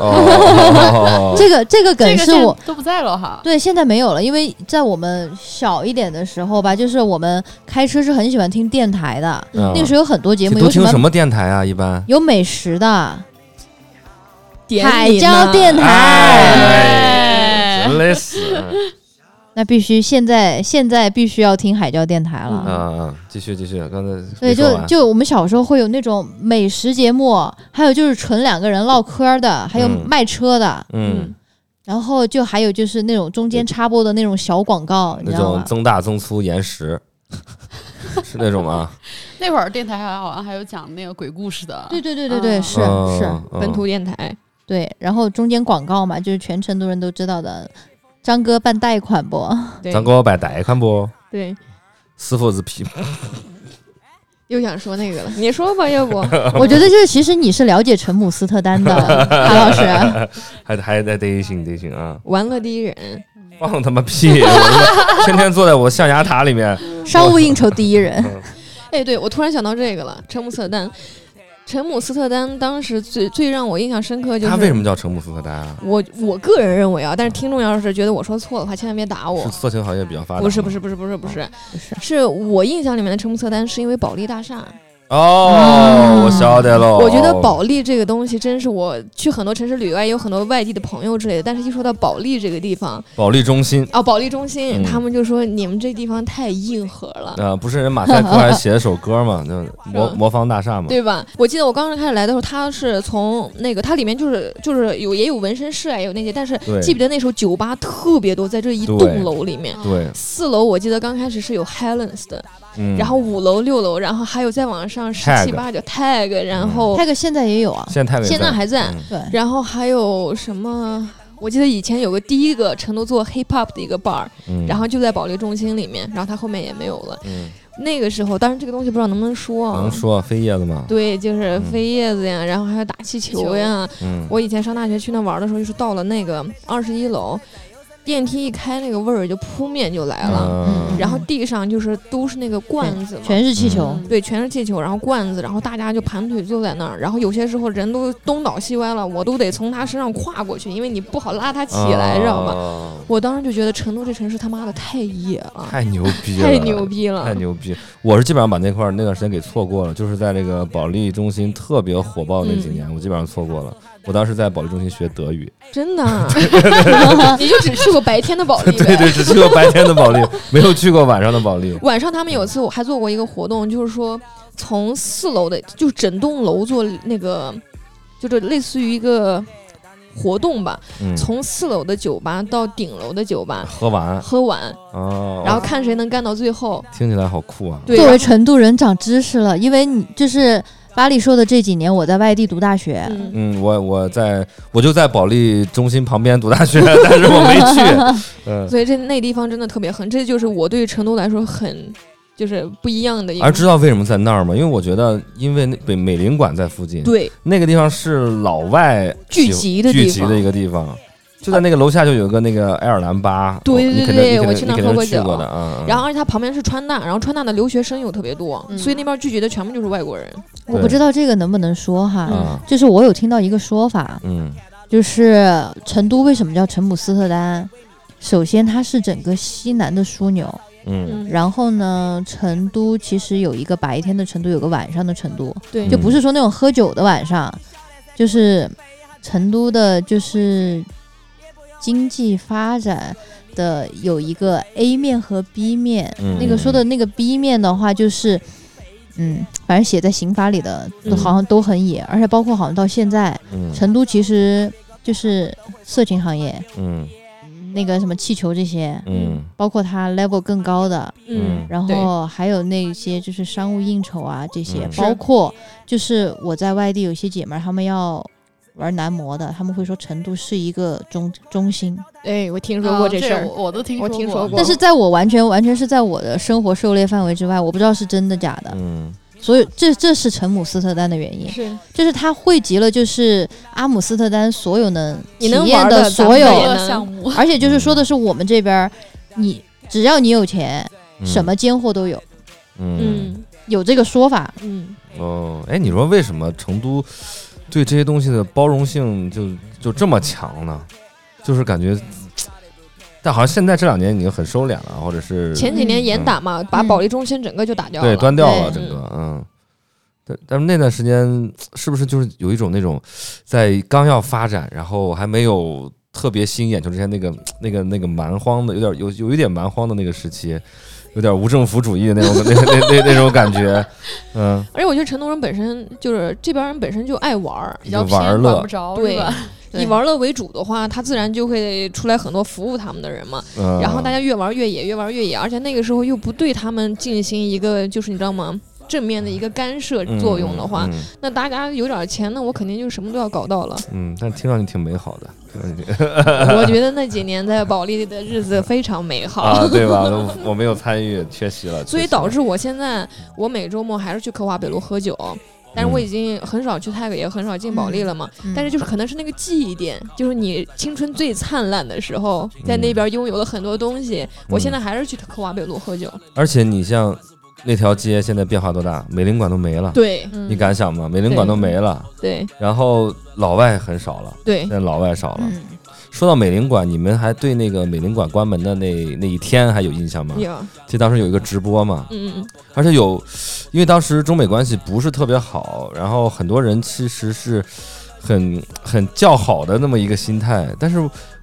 S4: 哦，
S6: 这个这个
S5: 这
S6: 梗
S5: 个
S6: 是我
S5: 现在都不在了哈。
S6: 对，现在没有了，因为在我们小一点的时候吧，就是我们开车是很喜欢听电台的，
S4: 嗯
S6: 那个时候有很多节目，
S4: 都
S6: 有
S4: 听什
S6: 么
S4: 么电台啊？一般
S6: 有美食的，
S3: 点
S6: 海
S3: 你呢
S6: 椒电台，
S5: 哎
S4: 真累死，
S6: 那必须现在现在必须要听海椒电台
S4: 嗯
S6: 了。
S4: 嗯，继续继续，刚才没啊说
S6: 对，就
S4: 完
S6: 就我们小时候会有那种美食节目，还有就是纯两个人唠嗑儿的，还有
S4: 嗯
S6: 卖车的，
S4: 嗯，
S6: 然后就还有就是那种中间插播的那种小广告，你
S4: 那
S6: 知道
S4: 种
S6: 吧？
S4: 增大增粗延时是那种吗？
S5: 那会儿电台还好像啊还有讲那个鬼故事的，
S6: 对对对对对，
S5: 嗯
S6: 是
S4: 嗯
S6: 是。
S4: 嗯
S3: 本土电台，
S6: 对，然后中间广告嘛，就是全成都人都知道的，张哥办贷款不？
S3: 对
S4: 咱给我摆贷款不？
S3: 对，
S4: 师傅是皮，
S3: 又想说那个了，你说吧， 要不
S6: 我觉得就是其实你是了解陈姆斯特丹的，韩老师。
S4: 还还得得行得行啊！
S3: 玩乐第一人，
S4: 放他妈屁！我他妈天天坐在我象牙塔里面，
S6: 商务应酬第一人，
S3: 哎，对我突然想到这个了，陈姆斯特丹，陈姆斯特丹当时最最让我印象深刻就是
S4: 他为什么叫成姆斯特丹啊？
S3: 我我个人认为啊，但是听众要是觉得我说错的话，千万别打我
S4: 是。色情行业比较发达吗？
S3: 不是不是不是不是不
S4: 啊
S3: 是，是我印象里面的陈木侧单是因为保利大厦。
S4: 哦，我晓得哦喽。
S3: 嗯我觉得保利这个东西真是我去很多城市旅游啊，也有很多外地的朋友之类的，但是一说到保利这个地方
S4: 保利中心
S3: 啊，保利中心，
S4: 嗯
S3: 他们就说你们这地方太硬核了。
S4: 啊，不是人马赛克还写了首歌嘛， 就魔魔方大厦嘛。
S3: 对吧？我记得我刚刚开始来的时候，他是从那个，它里面就是就是有也有纹身室啊，也有那些，但是
S4: 对
S3: 记不得那时候酒吧特别多，在这一
S4: 对
S3: 栋楼里面，
S4: 对，
S3: 四楼我记得刚开始是有 Helens 的，
S4: 嗯。
S3: 然后五楼、六楼，然后还有再往上十
S4: Tag
S3: 七八九 tag，然后
S6: 泰哥现在也有啊。
S4: 现在太伟
S3: 现在还在，
S4: 嗯
S6: 对，
S3: 然后还有什么？我记得以前有个第一个成都做 hip hop 的一个 bar，
S4: 嗯
S3: 然后就在保利中心里面，然后它后面也没有了。
S4: 嗯
S3: 那个时候，当然这个东西不知道能不能说啊
S4: 能。说飞叶子吗？
S3: 对，就是
S4: 嗯
S3: 飞叶子呀，然后还有打气球呀。
S4: 嗯，
S3: 我以前上大学去那玩的时候，就是到了那个二十一楼，电梯一开，那个味儿就扑面就来了。
S4: 嗯
S3: 然后地上就是都是那个罐子嘛，
S6: 全是气球，
S3: 对，全是气球，然后罐子，然后大家就盘腿坐在那儿，然后有些时候人都东倒西歪了，我都得从他身上跨过去，因为你不好拉他起
S4: 哦
S3: 来，知道吗？
S4: 吗？
S3: 我当时就觉得成都这城市他妈的太野了，
S4: 太牛逼了！
S3: 太牛！逼了，
S4: 太牛逼！我是基本上把那块儿那段时间给错过了，就是在这个保利中心特别火爆那几年，
S3: 嗯
S4: 我基本上错过了。我当时在保利中心学 德语，
S3: 真的， 你就只去过白天的保利呗。
S4: 对对，只去过白天的保利，没有去过晚上的保利。
S3: 晚上他们有一次我还做过一个活动，就是说从四楼的，就是整栋楼做那个，就是类似于一个活动吧，
S4: 嗯，
S3: 从四楼的酒吧到顶楼的酒吧
S4: 喝完
S3: 喝完，
S4: 哦，
S3: 然后看谁能干到最后。
S4: 听起来好酷啊！
S3: 对，
S6: 作为
S3: 然后
S6: 成都人长知识了，因为你就是巴里说的这几年我在外地读大学，
S3: 嗯，
S4: 嗯，我我在我就在保利中心旁边读大学， 但是我没 去。嗯，
S3: 所以这那地方真的特别狠，这就是我对成都来说很就是不一样的一
S4: 而
S3: 个。
S4: 知道为什么在那儿吗？因为我觉得，因为那北美领馆在附近，
S3: 对，
S4: 那个地方是老外
S3: 聚
S4: 喜
S3: 集的
S4: 聚
S3: 地
S4: 集
S3: 方
S4: 的一个地方，就在那个楼下就有个那个爱尔兰吧，
S3: 对
S4: 哦
S3: 对
S4: 你肯
S3: 对
S4: 定
S3: 我
S4: 你
S3: 去
S4: 肯
S3: 那
S4: 定
S3: 儿喝
S4: 你肯
S3: 过
S4: 定去
S3: 酒
S4: 过的啊。嗯
S3: 然后而且它旁边是川大，然后川大的留学生又特别多，
S5: 嗯
S3: 所以那边聚集的全部就是外国人。
S6: 我不知道这个能不能说哈。
S4: 嗯
S6: 就是我有听到一个说法，
S4: 嗯
S6: 就是成都为什么叫成姆斯特丹？首先，它是整个西南的枢纽。
S4: 嗯
S6: 然后呢，成都其实有一个白天的成都，有个晚上的成都，
S3: 对，
S6: 就不是说那种喝酒的晚上，就是成都的，就是经济发展的有一个 A 面和 B 面。
S4: 嗯，
S6: 那个说的那个 B 面的话，就是嗯，反正写在刑法里的，都
S4: 嗯
S6: 好像都很野，而且包括好像到现在，
S4: 嗯
S6: 成都其实就是色情行业，
S4: 嗯
S6: 那个什么气球这些，
S4: 嗯
S6: 包括它 level 更高的，
S3: 嗯，
S6: 然
S3: 对
S6: 后还有那些就是商务应酬啊这些，
S4: 嗯
S3: 是
S6: 包括就是我在外地有些姐妹儿，她们要玩男模的，她们会说成都是一个中中心，
S3: 哎，我听说过
S5: 嗯这
S3: 这事儿，
S5: 我我都听
S3: 我听说过
S5: 过。
S6: 但是在我完全完全是在我的生活狩猎范围之外，我不知道是真的假的，
S4: 嗯
S6: 所以这这是成姆斯特丹的原因，
S3: 是
S6: 就是它汇集了就是阿姆斯特丹所有能体
S3: 你能
S6: 验
S3: 玩的咱
S6: 所
S3: 们
S6: 有，
S3: 也能
S5: 的项目，
S6: 而且就是说的是我们这边儿，你只要你有钱，
S4: 嗯
S6: 什么尖货都有，
S4: 嗯
S3: 嗯
S6: 有这个说法。
S3: 嗯，
S4: 哦，哎，你说为什么成都对这些东西的包容性就就这么强呢？就是感觉。但好像现在这两年已经很收敛了，或者是
S3: 前几年严打嘛，把保利中心整个就打掉了，
S4: 对，端掉了
S6: 对
S4: 整个，嗯。但但是那段时间是不是就是有一种那种，在刚要发展，然后还没有特别吸引眼球之前那个那个那个蛮荒的，有点有有一点蛮荒的那个时期，有点无政府主义的那种那那那那种感觉，嗯，
S3: 而且我觉得成都人本身就是这边人本身就爱玩儿，
S5: 比较
S4: 就
S5: 偏
S4: 玩
S5: 管
S4: 乐
S5: 不，着，
S3: 对
S5: 是吧？
S3: 以玩乐为主的话，他自然就会出来很多服务他们的人嘛。
S4: 嗯、
S3: 然后大家越玩越野，越玩越野，而且那个时候又不对他们进行一个就是你知道吗？正面的一个干涉
S4: 嗯
S3: 作用的话，
S4: 嗯嗯
S3: 那大家有点钱，那我肯定就什么都要搞到 了。
S4: 嗯但听上去挺美好的，听上 去
S3: 我觉得那几年在保利的日子非常美好。
S4: 啊，对吧？我我没有参与，缺席了，
S3: 所
S4: 缺
S3: 以
S4: 席了
S3: 导致我现在我每周末还是去科华北路喝酒，但是我已经很少去泰国，也很少进保利了嘛。
S6: 嗯
S3: 但是就是可能是那个记忆点，就是你青春最灿烂的时候，
S4: 嗯
S3: 在那边拥有了很多东西。我现在还是去科华北路喝酒，
S4: 而且你像那条街现在变化多大，美领馆都没了，
S3: 对
S4: 你敢想吗？美领馆都没了，
S3: 对
S4: 然后老外很少了，
S3: 对
S4: 现，在老外少了。
S6: 嗯，
S4: 说到美领馆，你们还对那个美领馆关门的那那一天还有印象吗？
S3: 有
S4: 就当时有一个直播嘛，
S3: 嗯嗯
S4: 而且有，因为当时中美关系不是特别好，然后很多人其实是很很较好的那么一个心态。但是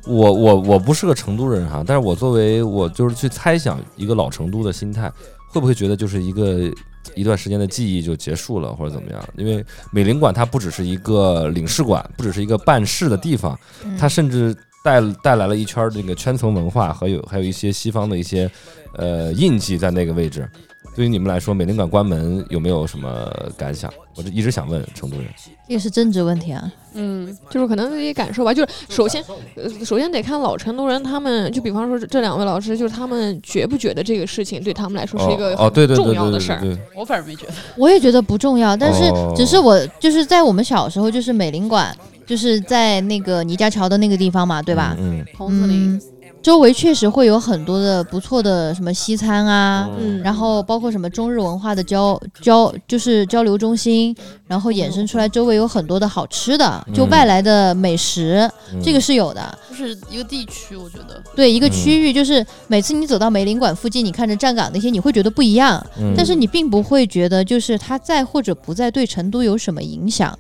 S4: 我我我不是个成都人哈，但是我作为我就是去猜想一个老成都的心态，会不会觉得就是一个一段时间的记忆就结束了或者怎么样？因为美领馆它不只是一个领事馆，不只是一个办事的地方，
S3: 嗯
S6: 嗯
S4: 它甚至。带带来了一圈儿这个圈层文化和有还有一些西方的一些，呃印记在那个位置，对于你们来说，美龄馆关门有没有什么感想？我这一直想问成都人。
S6: 也是政治问题啊。
S5: 嗯，
S3: 就是可能自己感受吧，就是首先，呃，首先得看老成都人他们，就比方说这这两位老师，就是他们觉不觉得这个事情对他们来说是一个
S4: 哦哦，对对对
S3: 重
S4: 对
S3: 要的
S4: 对
S3: 事儿
S4: 对，
S5: 我反正没觉得。
S6: 我也觉得不重要，但是
S4: 哦
S6: 只是我就是在我们小时候，就是美龄馆，就是在那个倪家桥的那个地方嘛，对吧？
S4: 嗯，
S5: 童子林，
S6: 周围确实会有很多的不错的什么西餐啊，
S4: 哦
S3: 嗯，
S6: 然后包括什么中日文化的交交就是交流中心，然后衍生出来周围有很多的好吃的，就外来的美食，
S4: 嗯
S6: 这个是有的。
S5: 就是一个地区，我觉得
S6: 对一个
S4: 嗯
S6: 区域，就是每次你走到梅林馆附近，你看着站岗那些，你会觉得不一样，
S4: 嗯
S6: 但是你并不会觉得就是它在或者不在对成都有什么影响。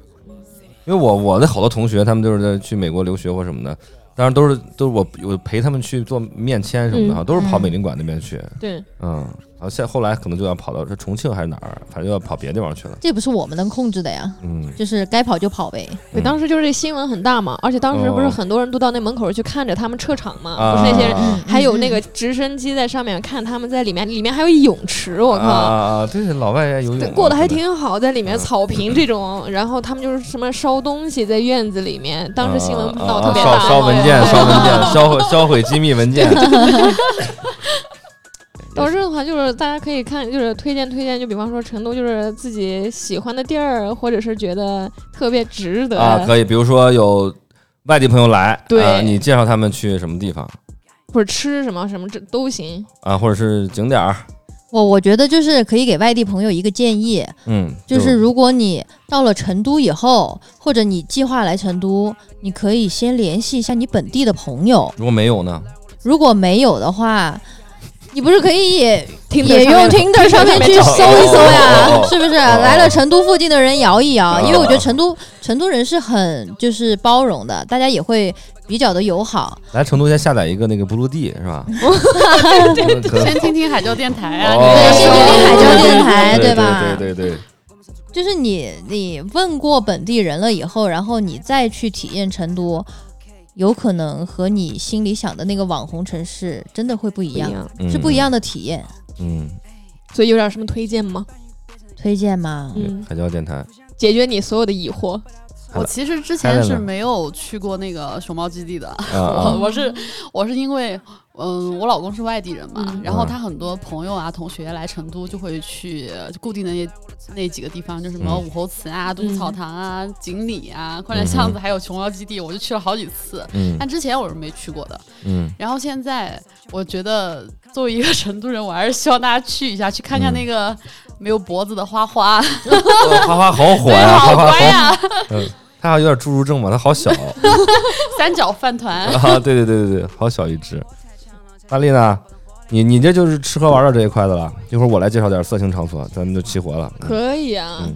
S4: 因为我我的好多同学，他们就是在去美国留学或什么的，当然都是都是我我陪他们去做面签什么
S3: 嗯
S4: 的哈，都是跑美龄馆那边去，
S3: 对，
S4: 嗯，然后现后来可能就要跑到这重庆还是哪儿，反正要跑别地方去了，
S6: 这不是我们能控制的呀，
S4: 嗯，
S6: 就是该跑就跑呗。
S3: 对，
S4: 嗯
S3: 当时就是这新闻很大嘛，而且当时不是
S4: 哦
S3: 很多人都到那门口去看着他们撤场嘛，
S4: 啊
S3: 不是那些人，
S4: 嗯
S3: 还有那个直升机在上面看他们在里面，里面还有泳池，我靠。
S4: 啊啊啊，对，老外也游
S3: 对
S4: 泳
S3: 过得还
S4: 什么的
S3: 挺好，在里面
S4: 嗯
S3: 草坪这种，然后他们就是什么烧东西在院子里面，当时新闻
S4: 啊
S3: 闹
S4: 啊
S3: 得特别
S4: 烧
S3: 大，
S4: 烧文 件，烧文件，销毁销毁机密文件，
S3: 导致的话就是大家可以看，就是推荐推荐，就比方说成都就是自己喜欢的地儿，或者是觉得特别值得。
S4: 啊，可以，比如说有外地朋友来，
S3: 对
S4: 啊你介绍他们去什么地方
S3: 或者吃什么什么这都行。
S4: 啊，或者是景点儿，
S6: 我我觉得就是可以给外地朋友一个建议，
S4: 嗯，
S6: 就是如果你到了成都以后，或者你计划来成都，你可以先联系一下你本地的朋友，
S4: 如果没有呢，
S6: 如果没有的话，你不是可以也
S3: 听
S6: 也用 Tinder 上面去搜一搜
S4: 哦哦
S6: 呀
S4: 哦，
S6: 是不是？
S4: 哦
S6: 来了成都附近的人摇一摇，
S4: 哦
S6: 因为我觉得成都成都人是很就是包容的，大家也会比较的友好。
S4: 来成都先下载一个那个 Blue 地是吧？可能
S5: 先听听海椒电台啊，
S4: 哦
S5: 你
S6: 对，先听听海椒电台，
S4: 对
S6: 吧？
S4: 对对对，
S6: 就是你你问过本地人了以后，然后你再去体验成都。有可能和你心里想的那个网红城市真的会不一
S3: 一
S6: 样，
S3: 样，
S4: 嗯
S6: 是不一，样的体验。
S4: 嗯，
S3: 所以有点什么推荐吗？
S6: 推荐吗？
S4: 对
S3: 嗯，
S4: 海椒电台，
S3: 解决你所有的疑惑。
S5: 我其实之前是没有去过那个熊猫基地的，
S4: 啊
S5: 我
S4: 啊，
S5: 我是我是因为，嗯，我老公是外地人嘛，
S3: 嗯
S5: 然后他很多朋友啊、同学来成都就会去固定的那那几个地方，就什么
S4: 嗯
S5: 武侯祠啊、东草堂啊、锦里啊、宽窄
S4: 嗯
S5: 巷
S4: 哼
S5: 子，还有熊猫基地，我就去了好几次。
S4: 嗯
S5: 但之前我是没去过的，
S4: 嗯，
S5: 然后现在我觉得作为一个 成都人，我还是希望大家去一下，去看看
S4: 嗯
S5: 那个没有脖子的花花，
S4: 哦花花好火呀，花
S5: 好
S4: 花
S5: 乖
S4: 好，
S5: 呀，
S4: 嗯，他好像有点侏儒症嘛，他好小啊，
S5: 三角饭团。
S4: 对对对对对，好小一只。大力呢？你你这就是吃喝玩乐这一块的了，一会儿我来介绍点色情场所，咱们就齐活了。嗯
S3: 可以啊，
S4: 嗯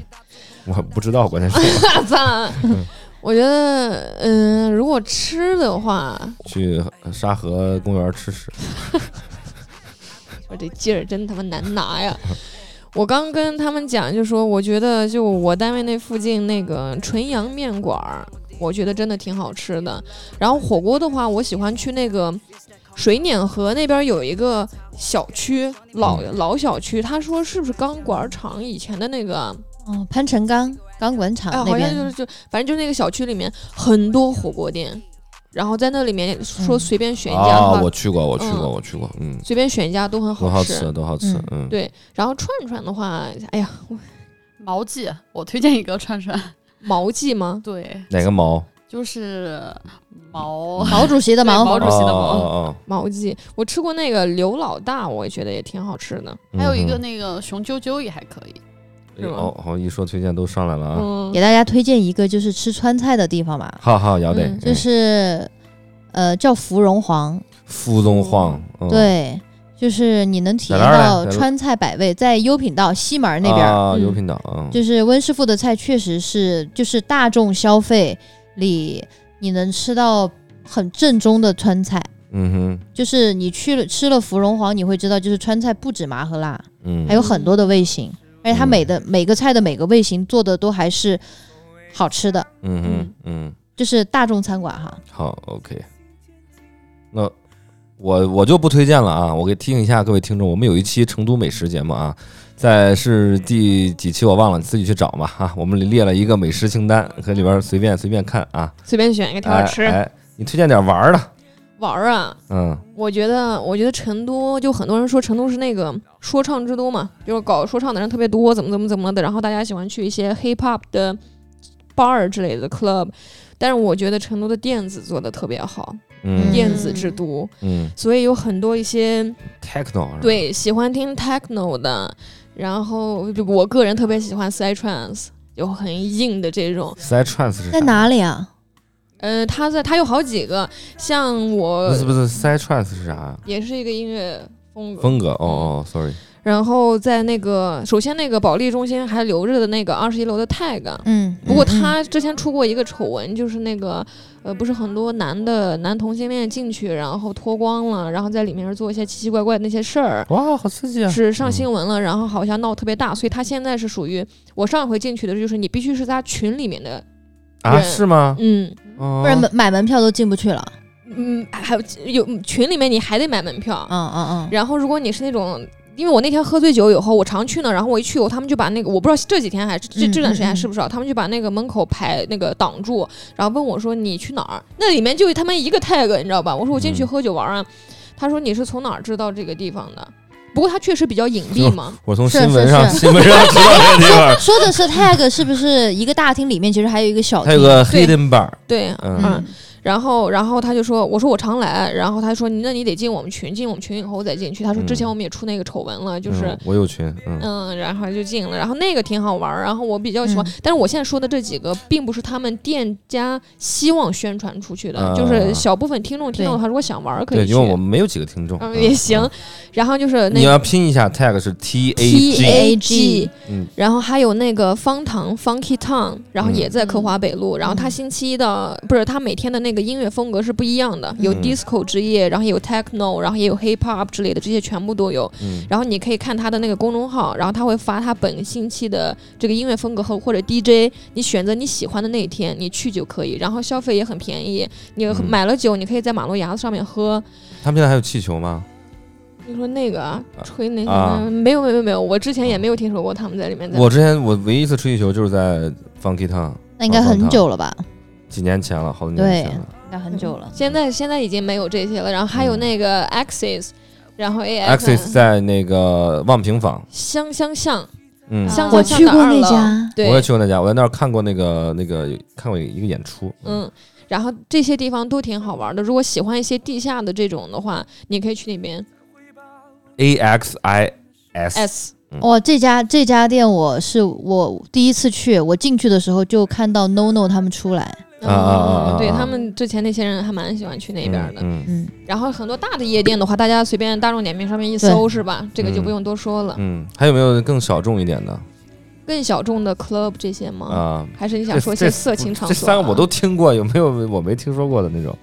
S4: 我不知道，关键是
S3: 大 赞。
S4: 嗯
S3: 我觉得，嗯，如果吃的话，
S4: 去沙河公园吃屎，
S3: 我这劲儿真他妈难拿呀！我刚跟他们讲，就说我觉得就我单位那附近那个纯阳面馆儿，我觉得真的挺好吃的。然后火锅的话，我喜欢去那个水碾河那边有一个小区，老老小区，他说是不是钢管厂以前的那个啊？
S6: 哦，潘成钢钢管厂
S3: 哎，
S6: 那
S3: 好
S6: 边，
S3: 像就是就反正就那个小区里面很多火锅店，然后在那里面说
S6: 嗯
S3: 随便选一家的
S4: 啊，
S3: 话，
S4: 我去过，我去过，
S3: 嗯
S4: 我去过，嗯，
S3: 随便选一家都很
S4: 多
S3: 好
S4: 好
S3: 吃。
S4: 吃，多好吃，嗯，
S3: 对，然后串串的话，哎呀，我
S5: 毛记，我推荐一个串串，
S3: 毛记吗？
S5: 对，
S4: 哪个毛？
S5: 就是毛
S6: 毛主席的
S5: 对
S6: 毛，
S5: 毛主席的毛，
S4: 哦，
S3: 毛记，我吃过那个刘老大，我也觉得也挺好吃的。
S4: 哦
S5: 还有一个
S4: 嗯
S5: 那个熊赳赳也还可以，
S4: 哼
S3: 是吗
S4: 哦，好，一说推荐都上来了啊，
S3: 嗯
S6: 给，大家推荐一个就是吃川菜的地方吧，
S4: 好好要得
S3: 嗯，
S6: 就
S4: 嗯
S6: 是呃叫芙蓉皇，
S4: 芙蓉晃，嗯，
S6: 对，就是你能体验
S4: 在哪儿呢
S6: 到川菜百味，在优品道西门那边儿，
S4: 啊，
S3: 嗯
S4: 优品岛啊，
S6: 就是温师傅的菜确实是就是大众消费里你能吃到很正宗的川菜，
S4: 嗯
S6: 就是你去了吃了芙蓉皇，你会知道就是川菜不止麻和辣，
S4: 哼，嗯，
S6: 还有很多的味型，而且它每的每个菜的每个味型做的都还是好吃的，
S4: 嗯哼，嗯，
S6: 就是大众餐馆哈。
S4: 好，OK，那我我就不推荐了啊！我给听一下各位听众，我们有一期成都美食节目啊，在是第几期我忘了，你自己去找嘛哈、我们列了一个美食清单，可以里边随便随便看啊。
S3: 随便选一个挑着吃、
S4: 哎哎，你推荐点玩儿的，
S3: 玩儿啊！
S4: 嗯，
S3: 我觉得，我觉得成都就很多人说成都是那个说唱之都嘛，就是搞说唱的人特别多，怎么怎么怎么的，然后大家喜欢去一些 hip hop 的 bar 之类的 club，但是我觉得成都的电子做的特别好，
S4: 嗯
S3: 电子之都，
S4: 嗯
S3: 所以有很多一些
S4: ，techno 是吧，
S3: 对喜欢听 techno 的，然后就我个人特别喜欢 psytrance，有很硬的这种，
S4: ，psytrance 是
S6: 在
S4: 啥？
S6: 哪里啊？
S3: 呃，他在他有好几个，像我
S4: 不是不是，psytrance 是啥
S3: 也是一个音乐风格，
S4: 风格？哦哦，sorry，
S3: 然后在那个，首先那个保利中心还留着的那个二十一楼的 tag，
S6: 嗯，
S3: 不过
S6: 嗯嗯
S3: 他之前出过一个丑闻，就是那个呃，不是很多男的男同性恋进去，然后脱光了，然后在里面做一些奇奇怪怪的那些事儿。
S4: 哇，好刺激啊！
S3: 是上新闻了，然后好像闹特别大，所以他现在是属于我上一回进去的，就是你必须是他群里面的，
S4: 啊，
S3: 人
S4: 是吗？
S3: 嗯
S4: 哦
S6: 不然门买门票都进不去了。
S3: 嗯，还有有群里面你还得买门票，
S6: 嗯嗯嗯，
S3: 然后如果你是那种，因为我那天喝醉酒以后，我常去呢，然后我一去以后，他们就把那个我不知道这几天还是这
S6: 嗯
S3: 这段时间
S6: 嗯
S3: 还是不是啊，他们就把那个门口牌那个挡住，然后问我说你去哪儿？那里面就他们一个 tag，你知道吧？我说我进去
S4: 嗯
S3: 喝酒玩啊，他说你是从哪儿知道这个地方的？不过它确实比较隐蔽 嘛，
S4: 我从
S6: 是
S4: 新闻
S6: 是
S4: 上
S6: 是
S4: 新闻上知道这个地 方，
S6: 说的是 tag 是不是一个大厅里面其实还有一个小
S4: 它
S6: 厅？
S4: 有个
S3: 对
S4: hidden bar，
S3: 对，
S4: 嗯
S6: 嗯，
S3: 然后，然后他就说：“我说我常来。”然后他说：“那你得进我们群，进我们群以后我再进去。”他说：“之前
S4: 嗯
S3: 我们也出那个丑闻了，就是
S4: 嗯我有群，嗯
S3: 嗯，然后就进了，然后那个挺好玩儿，然后我比较喜欢，
S6: 嗯
S3: 但是我现在说的这几个，并不是他们店家希望宣传出去的，就是
S4: 啊
S3: 小部分听众听到的话，如果想玩儿可
S4: 对，
S3: 以去
S4: 因为，我们没有几个听众，
S3: 嗯，也行。然后就是
S4: 你
S3: 那个
S4: 要拼一下 tag 是 T A
S3: T
S4: G，
S3: A
S6: G
S3: G，
S4: 嗯
S3: 然后还有那个方糖 Funky Town，然后也在科
S5: 嗯
S3: 华北路，然后它星期一的不是它每天的那个音乐风格是不一样的，有
S4: 嗯
S3: disco 之夜，然后也有 techno，然后也有 hip hop 之类的，这些全部都有。
S4: 嗯
S3: 然后你可以看他的那个公众号，然后他会发他本星期的这个音乐风格和或者 DJ，你选择你喜欢的那一天你去就可以，然后消费也很便宜，你
S4: 嗯
S3: 买了酒你可以在马路牙子上面喝。
S4: 他们现在还有气球吗？
S3: 你说那个啊，吹那个、
S4: 啊
S3: 没有没有没有，我之前也没有听说过他们在里面在。
S4: 我之前我唯一一次吹气球就是在 Funky Town，
S6: 那应该很久了吧？
S4: 几年前了，好多年
S6: 对
S4: 前了。
S6: 应该很久了。
S3: 现在现在已经没有这些了，然后还有那个 Axis，、然后 A
S4: Axis 在那个望平坊，
S3: 香香巷，
S4: 嗯，
S3: 香
S6: 我
S3: 香巷
S6: 去
S3: 的
S6: 过
S3: 二
S6: 那
S3: 楼，
S6: 家，
S3: 对
S4: 我也，去过那家，我在那儿看过那个那个看过一个演出，
S3: 嗯，然后这些地方都挺好玩的。如果喜欢一些地下的这种的话，你可以去那边。
S4: ，A X I S，
S3: S
S6: 哇，这家这家店我是我第一次去，我进去的时候就看到 No No 他们出来，嗯
S4: 啊啊啊啊
S3: 嗯对
S4: 啊
S3: 他们之前那些人还蛮喜欢去那边的。
S4: 嗯
S6: 嗯，
S3: 然后很多大的夜店的话，大家随便大众点评上面一搜是吧？这个就
S4: 嗯
S3: 不用多说了。
S4: 嗯，还有没有更小众一点的
S3: 嗯更小众的 club 这些吗？
S4: 啊？
S3: 还是你想
S4: 这
S3: 说一
S4: 这
S3: 些色情场所、啊
S4: 这三个我都听过，有没有我没听说过的那种？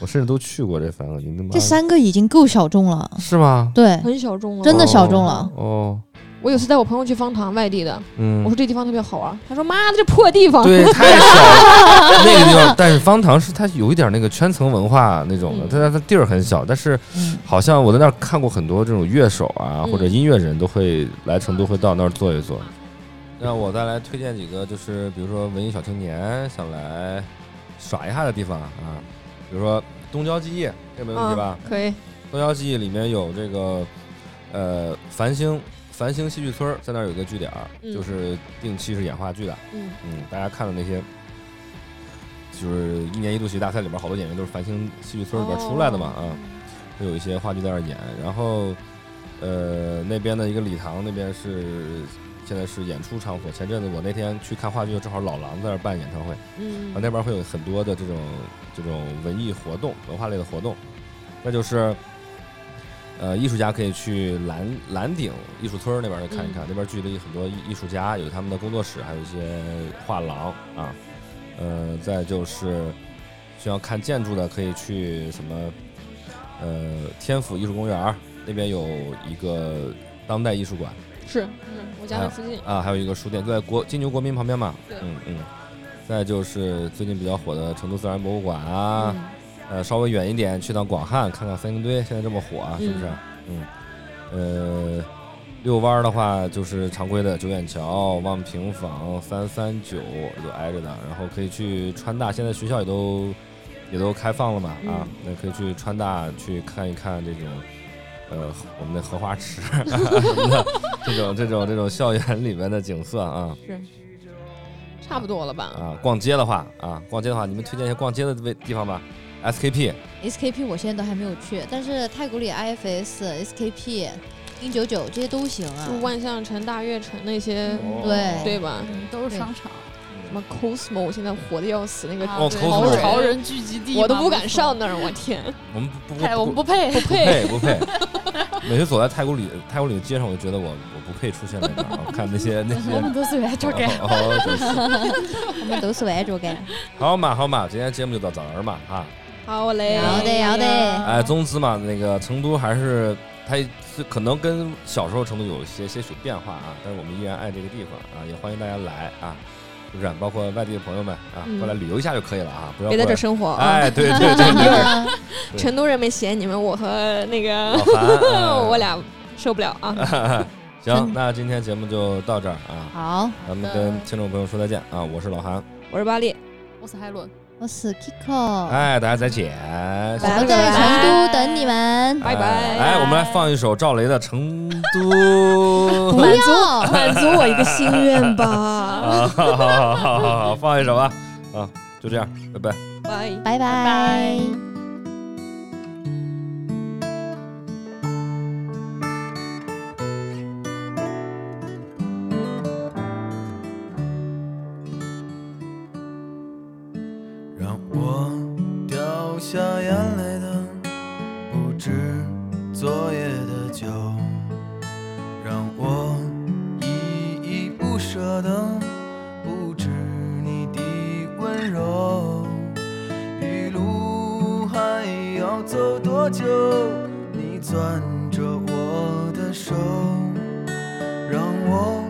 S4: 我甚至都去过这三个，你他妈
S6: 这三个已经够小众了，
S4: 是吗？
S6: 对，
S3: 很小众了，
S6: 真的小众
S3: 哦
S6: 了。
S4: 哦，
S3: 我有次带我朋友去方糖，外地的，
S4: 嗯
S3: 我说，这地方特别好玩，他说妈的这破地方，
S4: 对，太小了，那个地方。但是方糖是它有一点那个圈层文化那种的，
S3: 嗯
S4: 它它它地儿很小，但是
S6: 嗯
S4: 好像我在那儿看过很多这种乐手啊、
S3: 嗯
S4: 或者音乐人都会来成都，会到那儿坐一坐。那我再来推荐几个，就是比如说文艺小青年想来耍一下的地方啊，比如说东郊记忆，这没问题吧？
S3: 嗯可以，
S4: 东郊记忆里面有这个呃繁星繁星戏剧村儿，在那儿有一个据点儿，
S3: 嗯
S4: 就是定期是演话剧的。
S3: 嗯
S4: 嗯，大家看的那些，就是一年一度喜剧大赛里面好多演员都是繁星戏剧村里边出来的嘛，
S3: 哦
S4: 啊，会有一些话剧在那儿演。然后，呃，那边的一个礼堂那边是现在是演出场所。前阵子我那天去看话剧，正好老狼在那儿办演唱会，然后
S3: 嗯
S4: 啊那边会有很多的这种这种文艺活动、文化类的活动，那就是。呃，艺术家可以去蓝蓝顶艺术村儿那边儿去看一看，那边儿聚集了很多艺艺术家，有他们的工作室，还有一些画廊啊。呃，再就是需要看建筑的，可以去什么呃天府艺术公园儿那边有一个当代艺术馆，
S3: 是，嗯，我家那附近，
S4: 啊，还有一个书店，就在国金牛国民旁边嘛
S3: 对。
S4: 嗯嗯。再就是最近比较火的成都自然博物馆啊，
S3: 嗯
S4: 呃，稍微远一点去趟广汉看看飞龙堆，现在这么火啊，是不是？嗯，呃，遛弯儿的话就是常规的九眼桥、望平坊、三三九就挨着的，然后可以去川大，现在学校也都也都开放了嘛，啊，那可以去川大去看一看这种。呃，我们的荷花池 什么的，这种这种这种校园里面的景色啊
S3: 嗯差不多了吧
S4: 啊，逛街的话啊，逛街的话，你们推荐一下逛街的位地方吧，SKP
S6: SKP 我现在都还没有去，但是太古里 IFS、SKP、英九九这些都行啊
S3: 就。万象城、大悦城那些，
S4: 哦
S6: 对
S3: 对吧？
S5: 嗯都是商场，
S3: 什么 Cosmo 现在火的要死，那个
S5: 啊
S4: 哦
S5: 对
S4: 口
S3: 水
S5: 潮人聚集地嘛，
S3: 我都不敢上那儿，我天！
S4: 我们不不
S5: 哎，我们不配，
S4: 不配不配。每次走在太古里太古里的街上，我就觉得我我不配出现在这儿。我看那些 那些
S5: 我，们都是来这干。
S4: 哦哦真是
S6: 我们都是爱着干。
S4: 好嘛好嘛，今天节目就到这儿嘛啊！
S3: 嗯好嘞
S6: 好的好的，
S4: 哎，总之嘛，那个成都还是它是可能跟小时候成都有一些些许变化啊，但是我们依然爱这个地方啊，也欢迎大家来啊，是不是？包括外地的朋友们啊，过来旅游一下就可以了啊，不要
S3: 嗯别在
S4: 过
S3: 这
S4: 来
S3: 生活啊！
S4: 哎，对对对对对，对
S3: 成都人没嫌你们，我和那个
S4: 老韩，哎
S3: 我俩受不了啊！
S4: 行，那今天节目就到这儿啊，
S6: 好，
S4: 咱
S3: 嗯
S4: 们跟听众朋友说再见啊！我是老韩，
S3: 我是巴力，
S5: 我是海伦，
S6: 我是 Kiko，
S4: 哎，大家再见。
S6: 我们在成都等你们。
S3: 拜
S4: 哎
S3: 拜。
S4: 哎，我们来放一首赵雷的《成 都》
S6: 不要。
S3: 满足我一个心愿 吧，
S4: 啊，好好好好好好，放一首吧，啊，就这样，拜拜。
S3: 拜。
S6: 拜拜。
S7: 让我掉下眼泪的不止昨夜的酒，让我依依不舍的不止你的温柔。余路还要走多久？你攥着我的手，让我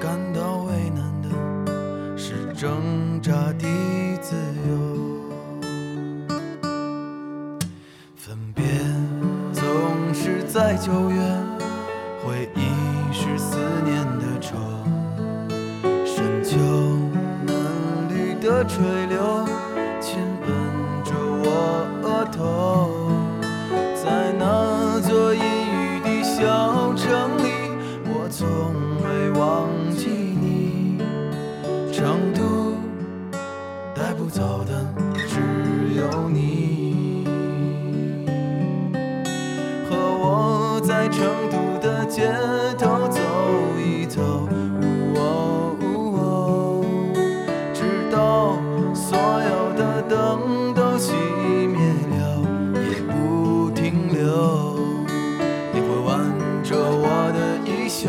S7: 感到为难的。是挣扎的自由。分别总是在九月，回忆是思念的愁，深秋嫩绿的垂柳亲吻着我额头，在那座阴雨的小城里，我从未忘记你。成都带不走的只有你。和我在成都的街头走一走，呜哦呜哦，直到所有的灯都熄灭了，也不停留。你会挽着我的衣袖。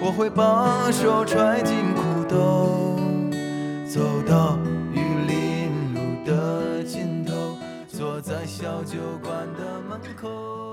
S7: 我会把手揣进裤兜，走到玉林路的尽头，坐在小酒馆的门口。